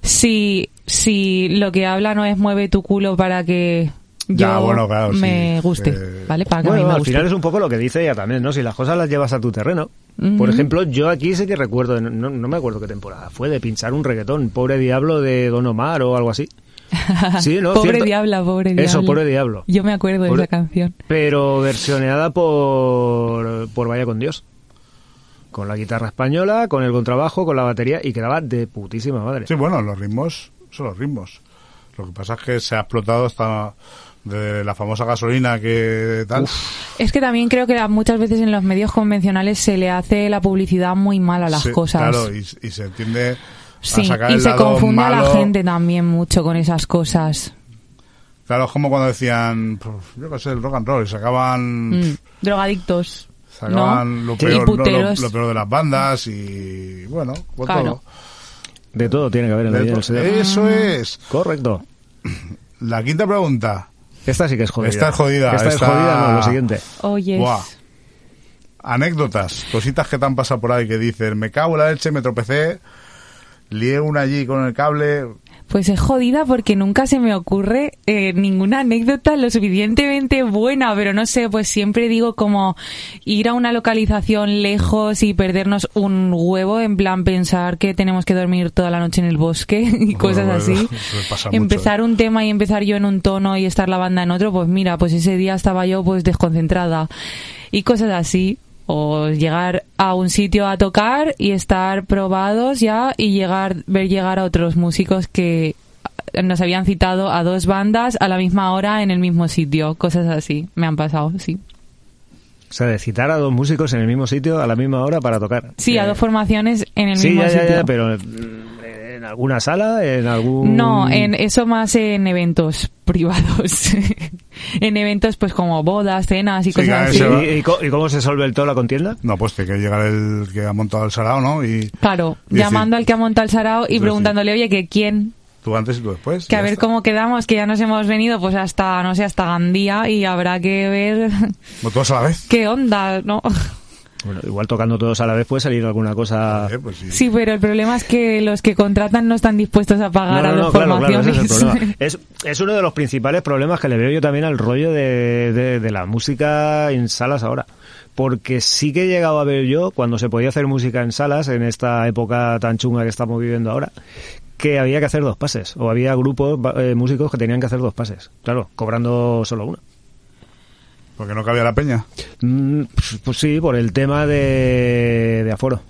Speaker 11: Si, si lo que habla no es mueve tu culo para que yo
Speaker 3: Ya, bueno, claro, sí,
Speaker 11: me guste.
Speaker 3: eh,
Speaker 11: ¿Vale? Para que a
Speaker 3: Bueno,
Speaker 11: mí me
Speaker 3: al
Speaker 11: guste.
Speaker 3: final es un poco lo que dice ella también, ¿no? Si las cosas las llevas a tu terreno.
Speaker 11: Ujú.
Speaker 3: Por ejemplo, yo aquí sé que recuerdo, no, no- no me acuerdo qué temporada fue, de pinchar un reggaetón, pobre diablo de Don Omar o algo así. Sí, no,
Speaker 11: pobre
Speaker 3: cierto.
Speaker 11: diabla, pobre diabla.
Speaker 3: Eso, pobre diablo.
Speaker 11: Yo me acuerdo
Speaker 3: Pobre-
Speaker 11: de esa canción.
Speaker 3: Pero versioneada por, por Vaya con Dios. Con la guitarra española, con el contrabajo, con la batería y quedaba de putísima madre.
Speaker 2: Sí, bueno, los ritmos son los ritmos. Lo que pasa es que se ha explotado hasta de la famosa gasolina que tal.
Speaker 11: Es que también creo que la- muchas veces en los medios convencionales se le hace la publicidad muy mal a las
Speaker 2: Se-
Speaker 11: cosas.
Speaker 2: Claro, y, y se entiende
Speaker 11: Sí,
Speaker 2: a sacar
Speaker 11: y
Speaker 2: el
Speaker 11: se
Speaker 2: lado
Speaker 11: confunde a la
Speaker 2: malo.
Speaker 11: gente también mucho con esas cosas.
Speaker 2: Claro, es como cuando decían, pues, yo qué sé, el rock and roll, y sacaban,
Speaker 11: Mm, Drogadictos.
Speaker 2: sacaban
Speaker 11: ¿no?
Speaker 2: lo,
Speaker 11: Y
Speaker 2: peor, ¿no? Lo-
Speaker 11: puteros.
Speaker 2: lo peor de las bandas y bueno, pues
Speaker 11: Claro.
Speaker 3: De todo tiene que haber en
Speaker 2: todo.
Speaker 3: la
Speaker 2: De
Speaker 3: vida del
Speaker 2: to-
Speaker 3: señor.
Speaker 2: Eso es.
Speaker 3: Correcto.
Speaker 2: La quinta pregunta.
Speaker 3: Esta sí que es jodida.
Speaker 2: Esta es jodida.
Speaker 3: Esta es jodida, no, lo siguiente.
Speaker 11: Oyes.
Speaker 2: Buah. Anécdotas, cositas que te han pasado por ahí que dicen, me cago en la leche, me tropecé, lié una allí con el cable.
Speaker 11: Pues es jodida porque nunca se me ocurre eh, ninguna anécdota lo suficientemente buena, pero no sé, pues siempre digo como ir a una localización lejos y perdernos un huevo, en plan pensar que tenemos que dormir toda la noche en el bosque y cosas
Speaker 2: Bueno,
Speaker 11: así.
Speaker 2: me pasa mucho,
Speaker 11: Empezar un tema y empezar yo en un tono y estar la banda en otro, pues mira, pues ese día estaba yo pues desconcentrada y cosas así. O llegar a un sitio a tocar y estar probados ya y llegar ver llegar a otros músicos que nos habían citado a dos bandas a la misma hora en el mismo sitio. Cosas así me han pasado, sí.
Speaker 3: O sea, de citar a dos músicos en el mismo sitio a la misma hora para tocar.
Speaker 11: Sí, a dos formaciones en el
Speaker 3: Eh, sí,
Speaker 11: mismo
Speaker 3: ya,
Speaker 11: sitio.
Speaker 3: ya, ya, pero mm, en alguna sala, en algún...
Speaker 11: No, en eso más en eventos privados. en eventos pues como bodas, cenas y
Speaker 3: Sí,
Speaker 11: cosas
Speaker 3: claro,
Speaker 11: así.
Speaker 3: eso- ¿Y, y co- y cómo se solve el todo la contienda?
Speaker 2: No, pues tiene que llegar el que ha montado el sarao, ¿no? Y
Speaker 11: Claro,
Speaker 2: Y decir-
Speaker 11: llamando al que ha montado el sarao y
Speaker 2: decir-
Speaker 11: preguntándole, oye, que quién,
Speaker 2: tú antes y tú después.
Speaker 11: que
Speaker 2: ya
Speaker 11: a ver
Speaker 2: está.
Speaker 11: cómo quedamos, que ya nos hemos venido pues hasta, no sé, hasta Gandía y habrá que ver
Speaker 2: No todos a la vez.
Speaker 11: qué onda, ¿no?
Speaker 3: Bueno, igual tocando todos a la vez puede salir alguna cosa...
Speaker 2: Eh, pues
Speaker 11: Sí, pero el problema es que los que contratan no están dispuestos a pagar a las
Speaker 3: claro, claro, ese
Speaker 11: formaciones.
Speaker 3: es, el problema. Es- es uno de los principales problemas que le veo yo también al rollo de, de- de la música en salas ahora. Porque sí que he llegado a ver yo, cuando se podía hacer música en salas, en esta época tan chunga que estamos viviendo ahora, que había que hacer dos pases. O había grupos, ba- eh, músicos que tenían que hacer dos pases. Claro, cobrando solo uno.
Speaker 2: Porque no cabía la peña.
Speaker 3: Mm, Pues, pues sí, por el tema de, de aforo.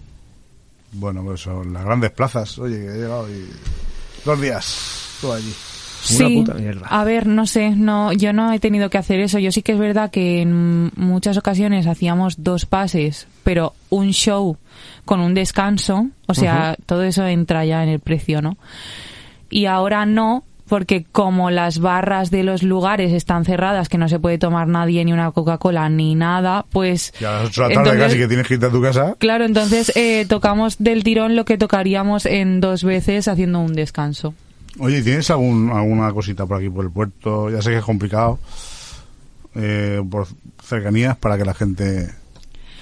Speaker 2: Bueno, pues son las grandes plazas. Oye, que he llegado y... Dos días, todo allí.
Speaker 11: Sí, a ver, no sé, no, yo no he tenido que hacer eso. Yo sí que es verdad que en muchas ocasiones hacíamos dos pases, pero un show con un descanso, o sea, todo eso entra ya en el precio, ¿no? Y ahora no, porque como las barras de los lugares están cerradas, que no se puede tomar nadie ni una Coca-Cola ni nada, pues
Speaker 2: Y a las ocho de la tarde
Speaker 11: Entonces-
Speaker 2: casi que tienes que irte a tu casa.
Speaker 11: claro, entonces eh, tocamos del tirón lo que tocaríamos en dos veces haciendo un descanso.
Speaker 2: Oye, ¿y ¿tienes algún, alguna cosita por aquí, por el puerto? Ya sé que es complicado. eh, por cercanías para que la gente...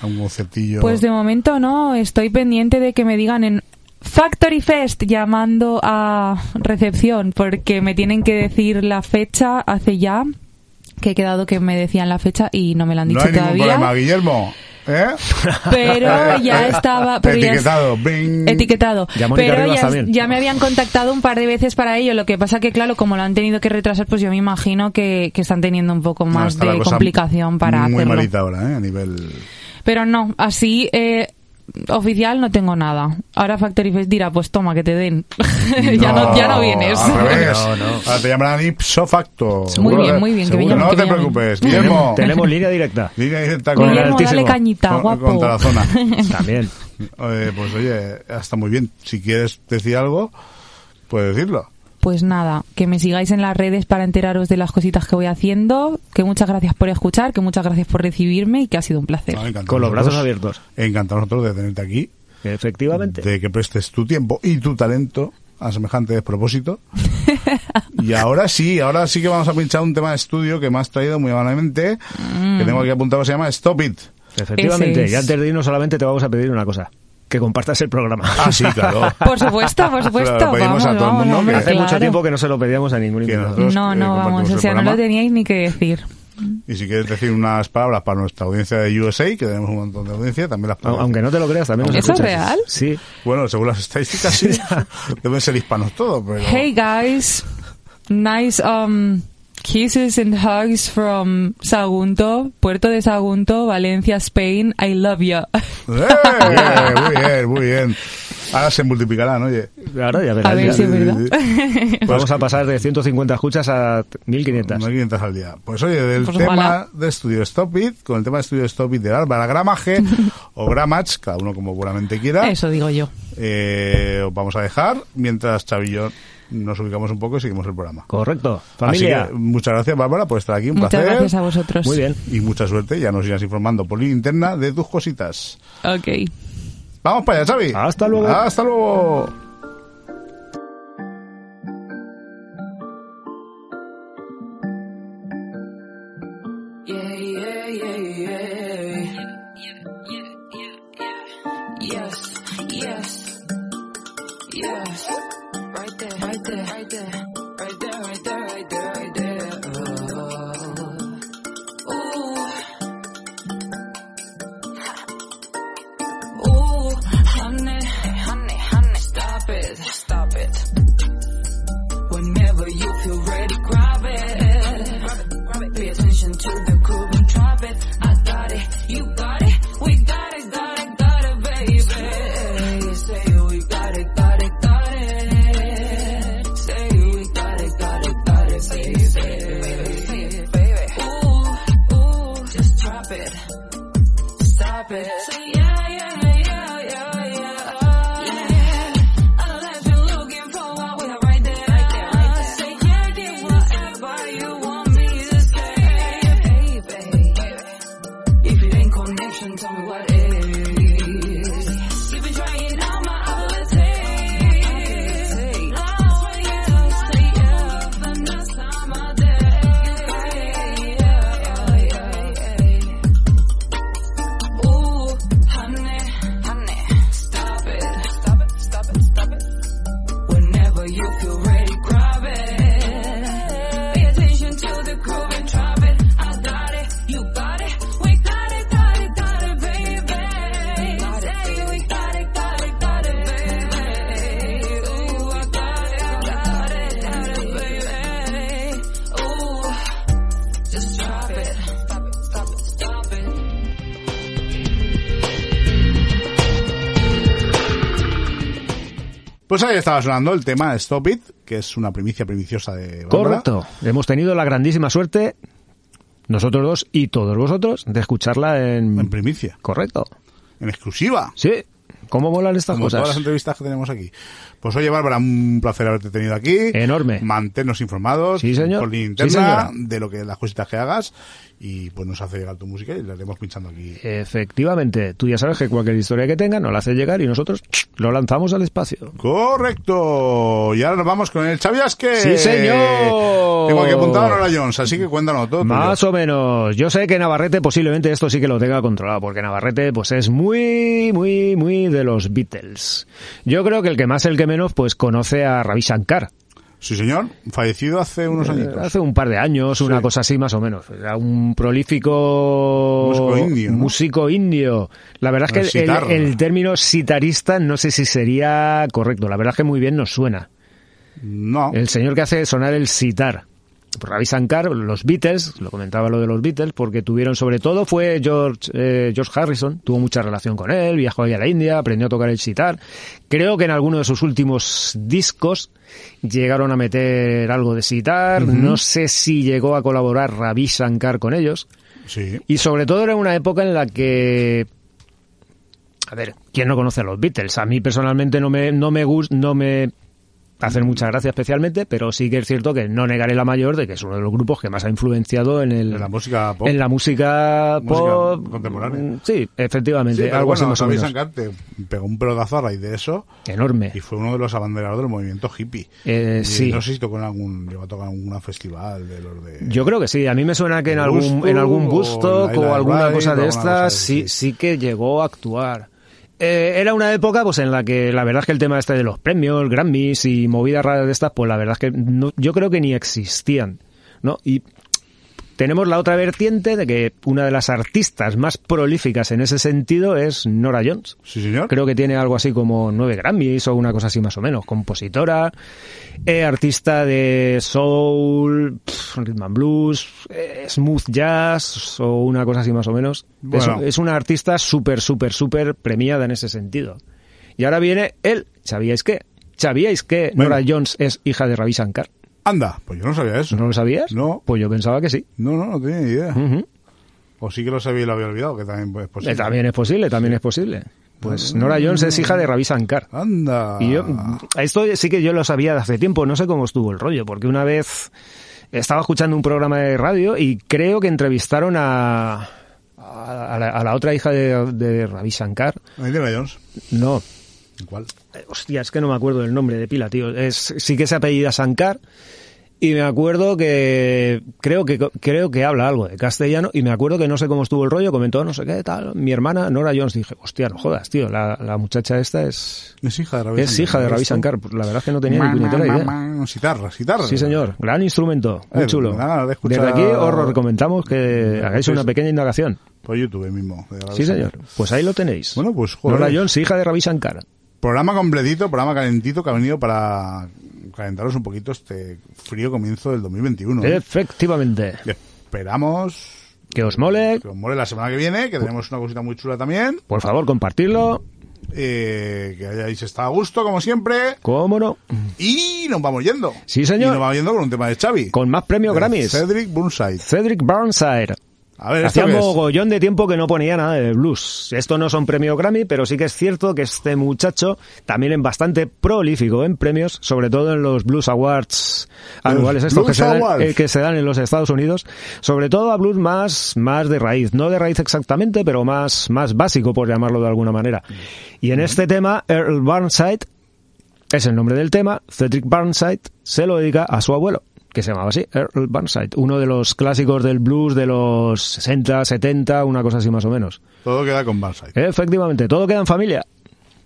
Speaker 2: A un conciertillo...
Speaker 11: Pues de momento no, estoy pendiente de que me digan en Factory Fest llamando a recepción porque me tienen que decir la fecha hace ya que he quedado que me decían la fecha y no me la han
Speaker 2: no
Speaker 11: dicho
Speaker 2: hay ningún
Speaker 11: todavía.
Speaker 2: problema, Guillermo. ¿Eh?
Speaker 11: Pero ya estaba- pero ya es-
Speaker 2: Etiquetado. bing.
Speaker 11: Etiquetado.
Speaker 2: Ya Mónica
Speaker 11: Pero
Speaker 2: Rivas
Speaker 11: ya,
Speaker 2: también.
Speaker 11: ya me habían contactado un par de veces para ello. Lo que pasa que, claro, como lo han tenido que retrasar, pues yo me imagino que, que están teniendo un poco
Speaker 2: No,
Speaker 11: más
Speaker 2: está la
Speaker 11: de
Speaker 2: cosa
Speaker 11: complicación para
Speaker 2: Muy
Speaker 11: hacerlo.
Speaker 2: malita ahora, ¿eh? A nivel...
Speaker 11: Pero no, así eh, oficial no tengo nada. Ahora Factory Fest dirá, pues toma, que te den. ya, no, ya no vienes.
Speaker 2: Al revés.
Speaker 3: No, no.
Speaker 2: Ahora te llamarán ipso facto.
Speaker 11: Muy bien, muy bien, que
Speaker 2: Seguro.
Speaker 11: me llamen,
Speaker 2: No
Speaker 11: que
Speaker 2: te
Speaker 11: me llamen.
Speaker 2: preocupes, Guillermo.
Speaker 3: Tenemos- tenemos línea directa.
Speaker 2: Línea directa
Speaker 11: Guillermo, dale cañita,
Speaker 2: con-
Speaker 11: guapo.
Speaker 2: Contra la zona.
Speaker 3: También.
Speaker 2: Eh, pues oye, está muy bien. Si quieres decir algo, puedes decirlo.
Speaker 11: Pues nada, que me sigáis en las redes para enteraros de las cositas que voy haciendo. Que muchas gracias por escuchar, que muchas gracias por recibirme y que ha sido un placer.
Speaker 3: Con los brazos abiertos.
Speaker 2: Encantados nosotros de tenerte aquí.
Speaker 3: Efectivamente.
Speaker 2: De que prestes tu tiempo y tu talento a semejante despropósito. y ahora sí, ahora sí que vamos a pinchar un tema de estudio que me has traído muy amablemente, que tengo aquí apuntado, se llama Stop It.
Speaker 3: Efectivamente,
Speaker 2: Ese
Speaker 3: y
Speaker 2: es.
Speaker 3: antes de irnos solamente te vamos a pedir una cosa, que compartas el programa.
Speaker 2: Ah, sí, claro.
Speaker 11: Por supuesto, por supuesto.
Speaker 3: Lo pedimos
Speaker 11: vamos,
Speaker 3: a todo el
Speaker 11: vamos,
Speaker 3: mundo,
Speaker 11: hombre,
Speaker 3: que hace
Speaker 11: claro.
Speaker 3: mucho tiempo que no se lo pedíamos a ningún invitado.
Speaker 11: No,
Speaker 2: eh,
Speaker 11: no, vamos, o sea, no lo teníais ni que decir.
Speaker 2: Y si quieres decir unas palabras para nuestra audiencia de USA, que tenemos un montón de audiencia, también las podemos
Speaker 3: Aunque no te lo creas, también nos
Speaker 11: ¿Eso es
Speaker 3: escuchas.
Speaker 11: real?
Speaker 3: Sí.
Speaker 2: Bueno, según las estadísticas, sí. Deben ser hispanos todos, pero...
Speaker 11: Hey guys, nice um, kisses and hugs from Sagunto, Puerto de Sagunto, Valencia, Spain. I love you.
Speaker 2: ¡Eh! Muy bien, muy bien. Ahora se multiplicarán, oye.
Speaker 3: Ahora ya verás.
Speaker 11: A ver
Speaker 3: ya.
Speaker 11: si es verdad.
Speaker 2: Pues,
Speaker 3: Vamos a pasar de 150 escuchas a 1500.
Speaker 2: 1500 al día. Pues oye, del
Speaker 3: Pues
Speaker 2: tema
Speaker 3: ojalá.
Speaker 2: de estudio Stop It, con el tema de estudio Stop It de Bárbara Gramaje o Gramach, cada uno como puramente quiera.
Speaker 11: Eso digo yo.
Speaker 2: Eh, os vamos a dejar mientras Chavillo nos ubicamos un poco y seguimos el programa.
Speaker 3: Correcto.
Speaker 2: Así
Speaker 3: Familia.
Speaker 2: que, pues, muchas gracias, Bárbara, por estar aquí. Un
Speaker 11: Muchas
Speaker 2: placer.
Speaker 11: gracias a vosotros. Muy bien.
Speaker 2: Y mucha suerte. Ya nos irás informando por línea interna de tus cositas.
Speaker 11: Ok.
Speaker 2: Vamos para allá, Xavi. Hasta luego. Hasta luego.
Speaker 12: Yeah, yeah, yeah, yeah. Yes, yes, yes. Right there, right there, right there, right there, right there, right there, right there. Oh. Ooh. Ha. Ooh, honey, honey, honey, stop it, stop it. Whenever you feel ready, grab it. Pay attention to the groove and drop it. I got it, you got it, we got it, got it, got it, baby. Say we got it, got it, got it. Say we got it, got it, got it, baby. Baby, baby. Ooh, ooh, just drop it.
Speaker 2: Pues ahí estaba sonando el tema Stop It, que es una primicia primiciosa de Bárbara.
Speaker 3: Correcto. Hemos tenido la grandísima suerte, nosotros dos y todos vosotros, de escucharla en... En
Speaker 2: primicia.
Speaker 3: Correcto.
Speaker 2: En exclusiva.
Speaker 3: Sí. ¿Cómo volan estas
Speaker 2: Como
Speaker 3: cosas?
Speaker 2: todas las entrevistas que tenemos aquí. Pues oye, Bárbara, un placer haberte tenido aquí.
Speaker 3: Enorme.
Speaker 2: Manténnos informados
Speaker 3: Sí, señor.
Speaker 2: por línea
Speaker 3: Sí,
Speaker 2: interna
Speaker 3: señora.
Speaker 2: de lo que las cositas que hagas y pues nos hace llegar tu música y la iremos pinchando aquí.
Speaker 3: Eh. Efectivamente, tú ya sabes que cualquier historia que tenga nos la hace llegar y nosotros lo lanzamos al espacio.
Speaker 2: Correcto. Y ahora nos vamos con el Chaviasque.
Speaker 3: ¡Sí, señor!
Speaker 2: Tengo aquí apuntado a Nora Jones, así que cuéntanos todo. tuyo.
Speaker 3: Más o menos. Yo sé que Navarrete posiblemente esto sí que lo tenga controlado, porque Navarrete pues es muy, muy, muy de los Beatles. Yo creo que el que más, el que menos, pues conoce a Ravi Shankar.
Speaker 2: Sí, señor. Fallecido hace unos
Speaker 3: Eh,
Speaker 2: añitos.
Speaker 3: Hace un par de años, una cosa así más o menos. Era un prolífico
Speaker 2: Músico indio, ¿no?
Speaker 3: músico indio. La verdad
Speaker 2: El
Speaker 3: es que el,
Speaker 2: sitar.
Speaker 3: el término sitarista no sé si sería correcto. La verdad es que muy bien nos suena.
Speaker 2: No.
Speaker 3: El señor que hace sonar el sitar. Ravi Shankar, los Beatles, lo comentaba lo de los Beatles, porque tuvieron sobre todo fue George, eh, George Harrison, tuvo mucha relación con él, viajó ahí a la India, aprendió a tocar el sitar. Creo que en alguno de sus últimos discos llegaron a meter algo de sitar,
Speaker 2: Ujú.
Speaker 3: no sé si llegó a colaborar Ravi Shankar con ellos.
Speaker 2: Sí.
Speaker 3: Y sobre todo era una época en la que a ver, ¿quién no conoce a los Beatles? A mí personalmente no me no me gus- no me hacen mucha gracia especialmente, pero sí que es cierto que no negaré la mayor de que es uno de los grupos que más ha influenciado en el
Speaker 2: En la música pop.
Speaker 3: en la música
Speaker 2: Música
Speaker 3: pop Mm,
Speaker 2: contemporánea.
Speaker 3: Sí, efectivamente,
Speaker 2: Sí, pero
Speaker 3: algo así
Speaker 2: bueno,
Speaker 3: más o
Speaker 2: Ravi
Speaker 3: menos.
Speaker 2: Shankar te pegó un pelotazo a raíz de eso.
Speaker 3: Enorme.
Speaker 2: Y fue uno de los abanderados del movimiento hippie.
Speaker 3: Eh,
Speaker 2: Y
Speaker 3: sí.
Speaker 2: No sé si tocó en algún, llegó a tocar en algún festival de los de...
Speaker 3: Yo creo que sí, a mí me suena que en
Speaker 2: ¿El
Speaker 3: algún
Speaker 2: Gusto
Speaker 3: en algún
Speaker 2: o
Speaker 3: busto
Speaker 2: la
Speaker 3: o,
Speaker 2: Isla del
Speaker 3: alguna
Speaker 2: Rey o
Speaker 3: cosa de
Speaker 2: alguna cosa de
Speaker 3: estas sí, sí que llegó a actuar. Eh, era una época pues en la que la verdad es que el tema este de los premios, Grammys y movidas raras de estas, pues la verdad es que no- yo creo que ni existían, ¿no? Y tenemos la otra vertiente de que una de las artistas más prolíficas en ese sentido es Nora Jones.
Speaker 2: Sí, señor.
Speaker 3: Creo que tiene algo así como nueve Grammys o una cosa así más o menos. Compositora, eh, artista de soul, pff, rhythm and blues, eh, smooth jazz o una cosa así más o menos. Es-
Speaker 2: Bueno.
Speaker 3: Es, una artista súper, súper, súper premiada en ese sentido. Y ahora viene él. ¿Sabíais qué? ¿Sabíais que
Speaker 2: Bueno.
Speaker 3: Nora Jones es hija de Ravi Shankar?
Speaker 2: Anda, pues yo no sabía eso.
Speaker 3: ¿No lo sabías?
Speaker 2: No. Pues
Speaker 3: Pues yo pensaba que sí.
Speaker 2: No, no, no tenía ni idea.
Speaker 3: Ujú.
Speaker 2: O sí que lo sabía y lo había olvidado, que también pues, es posible.
Speaker 3: Eh, También es posible, también es posible. Pues
Speaker 2: Mm.
Speaker 3: Nora Jones es hija de Ravi Shankar.
Speaker 2: Anda.
Speaker 3: Y yo, mm, esto sí que yo lo sabía de hace tiempo, no sé cómo estuvo el rollo, porque una vez estaba escuchando un programa de radio y creo que entrevistaron a, a, a la, a la otra hija de, de Ravi Shankar.
Speaker 2: ¿A Indiana Jones?
Speaker 3: No,
Speaker 2: ¿Cuál?
Speaker 3: eh, hostia, es que no me acuerdo del nombre de pila, tío. Es, sí que se apellida Shankar. Y me acuerdo que creo que creo que habla algo de castellano y me acuerdo que no sé cómo estuvo el rollo, comentó no sé qué tal, mi hermana Nora Jones dije, hostia, no jodas, tío, la, la muchacha esta es
Speaker 2: Es hija de Ravi
Speaker 3: es hija de Ravi Shankar, Pues la verdad es que no tenía ni puñetera idea.
Speaker 2: Citarra, citarra.
Speaker 3: Sí, señor, gran instrumento, muy
Speaker 2: Eh,
Speaker 3: chulo.
Speaker 2: me dan ganas de escuchar-
Speaker 3: Desde aquí os recomendamos que hagáis una pequeña indagación.
Speaker 2: Por YouTube mismo. de Ravi
Speaker 3: Sí,
Speaker 2: Shankar.
Speaker 3: señor. Pues ahí lo tenéis.
Speaker 2: Bueno, pues joder.
Speaker 3: Nora Jones, hija de Ravi Shankar.
Speaker 2: Programa completito, programa calentito que ha venido para calentaros un poquito este frío comienzo del 2021. ¿eh?
Speaker 3: Efectivamente.
Speaker 2: Y Esperamos
Speaker 3: Que os mole,
Speaker 2: que os mole la semana que viene, que tenemos una cosita muy chula también.
Speaker 3: por favor, compartirlo.
Speaker 2: eh, que hayáis estado a gusto, como siempre.
Speaker 3: ¿Cómo no?
Speaker 2: Y nos vamos yendo.
Speaker 3: Sí,
Speaker 2: Y nos
Speaker 3: señor.
Speaker 2: vamos yendo con un tema de Xavi.
Speaker 3: Con más premios
Speaker 2: De
Speaker 3: Grammys.
Speaker 2: Eh, Cedric Burnside.
Speaker 3: Cedric Burnside.
Speaker 2: A ver, ¿esto
Speaker 3: Hacía
Speaker 2: qué es?
Speaker 3: mogollón de tiempo que no ponía nada de blues. Esto no son premios Grammy, pero sí que es cierto que este muchacho también es bastante prolífico en premios, sobre todo en los Blues Awards anuales estos que
Speaker 2: Blues
Speaker 3: se, dan,
Speaker 2: Awards.
Speaker 3: eh, que se dan en los Estados Unidos, sobre todo a blues más, más de raíz, no de raíz exactamente, pero más, más básico, por llamarlo de alguna manera. Y en este tema, Earl Burnside, es el nombre del tema, Cedric Burnside se lo dedica a su abuelo, que se llamaba así, Earl Burnside, uno de los clásicos del blues de los 60, 70, una cosa así más o menos.
Speaker 2: Todo queda con Burnside.
Speaker 3: Eh. Efectivamente, todo queda en familia,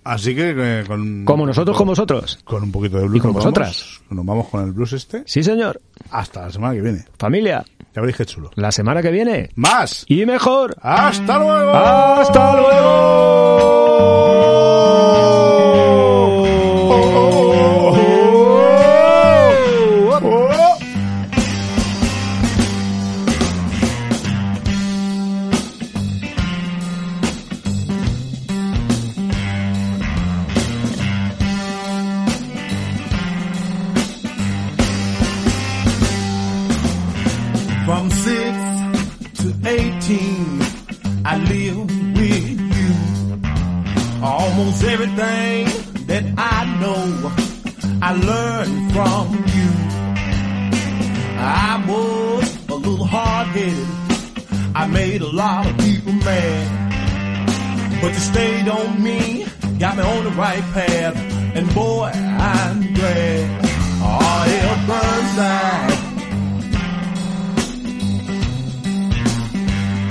Speaker 2: Así que eh, con...
Speaker 3: como nosotros
Speaker 2: con
Speaker 3: con vosotros.
Speaker 2: Con un poquito de blues.
Speaker 3: Y con
Speaker 2: nos
Speaker 3: vosotras.
Speaker 2: Vamos, nos vamos con el blues este.
Speaker 3: Sí, señor,
Speaker 2: Hasta la semana que viene.
Speaker 3: familia,
Speaker 2: Ya veréis qué chulo.
Speaker 3: la semana que viene
Speaker 2: Más.
Speaker 3: y mejor.
Speaker 2: Hasta luego.
Speaker 3: ¡Hasta
Speaker 2: luego.
Speaker 1: routine. I live with you. Almost everything that I know, I learned from you. I was a little hard headed. I made a lot of people mad. But you stayed on me, got me on the right path. And boy, I'm glad. R.L. Burnside.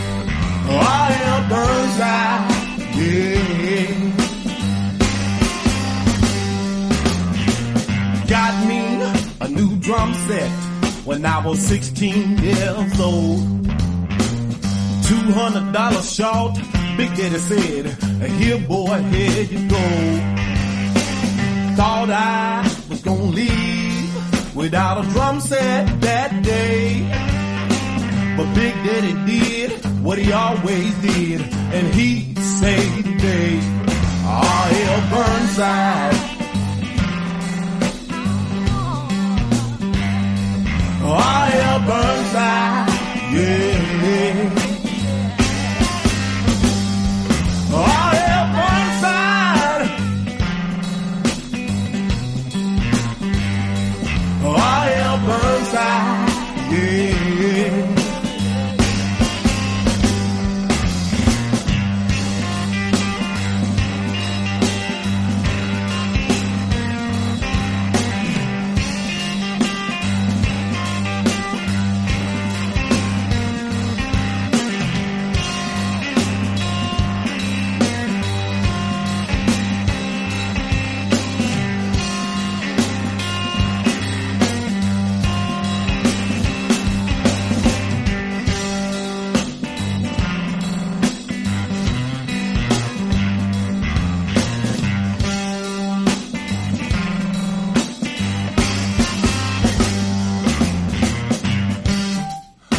Speaker 1: R.L. Burnside. Yeah. Got me a new drum set when I was 16 years old. Two hundred dollars short. Big Daddy said, "Here, boy, here you go." Thought I was gonna leave without a drum set that day, but Big Daddy did what he always did, and he saved the day. R.L. Burnside. R.L. Burnside, yeah. R.L. Burnside.
Speaker 2: Oh,
Speaker 1: R.L. Burnside, yeah.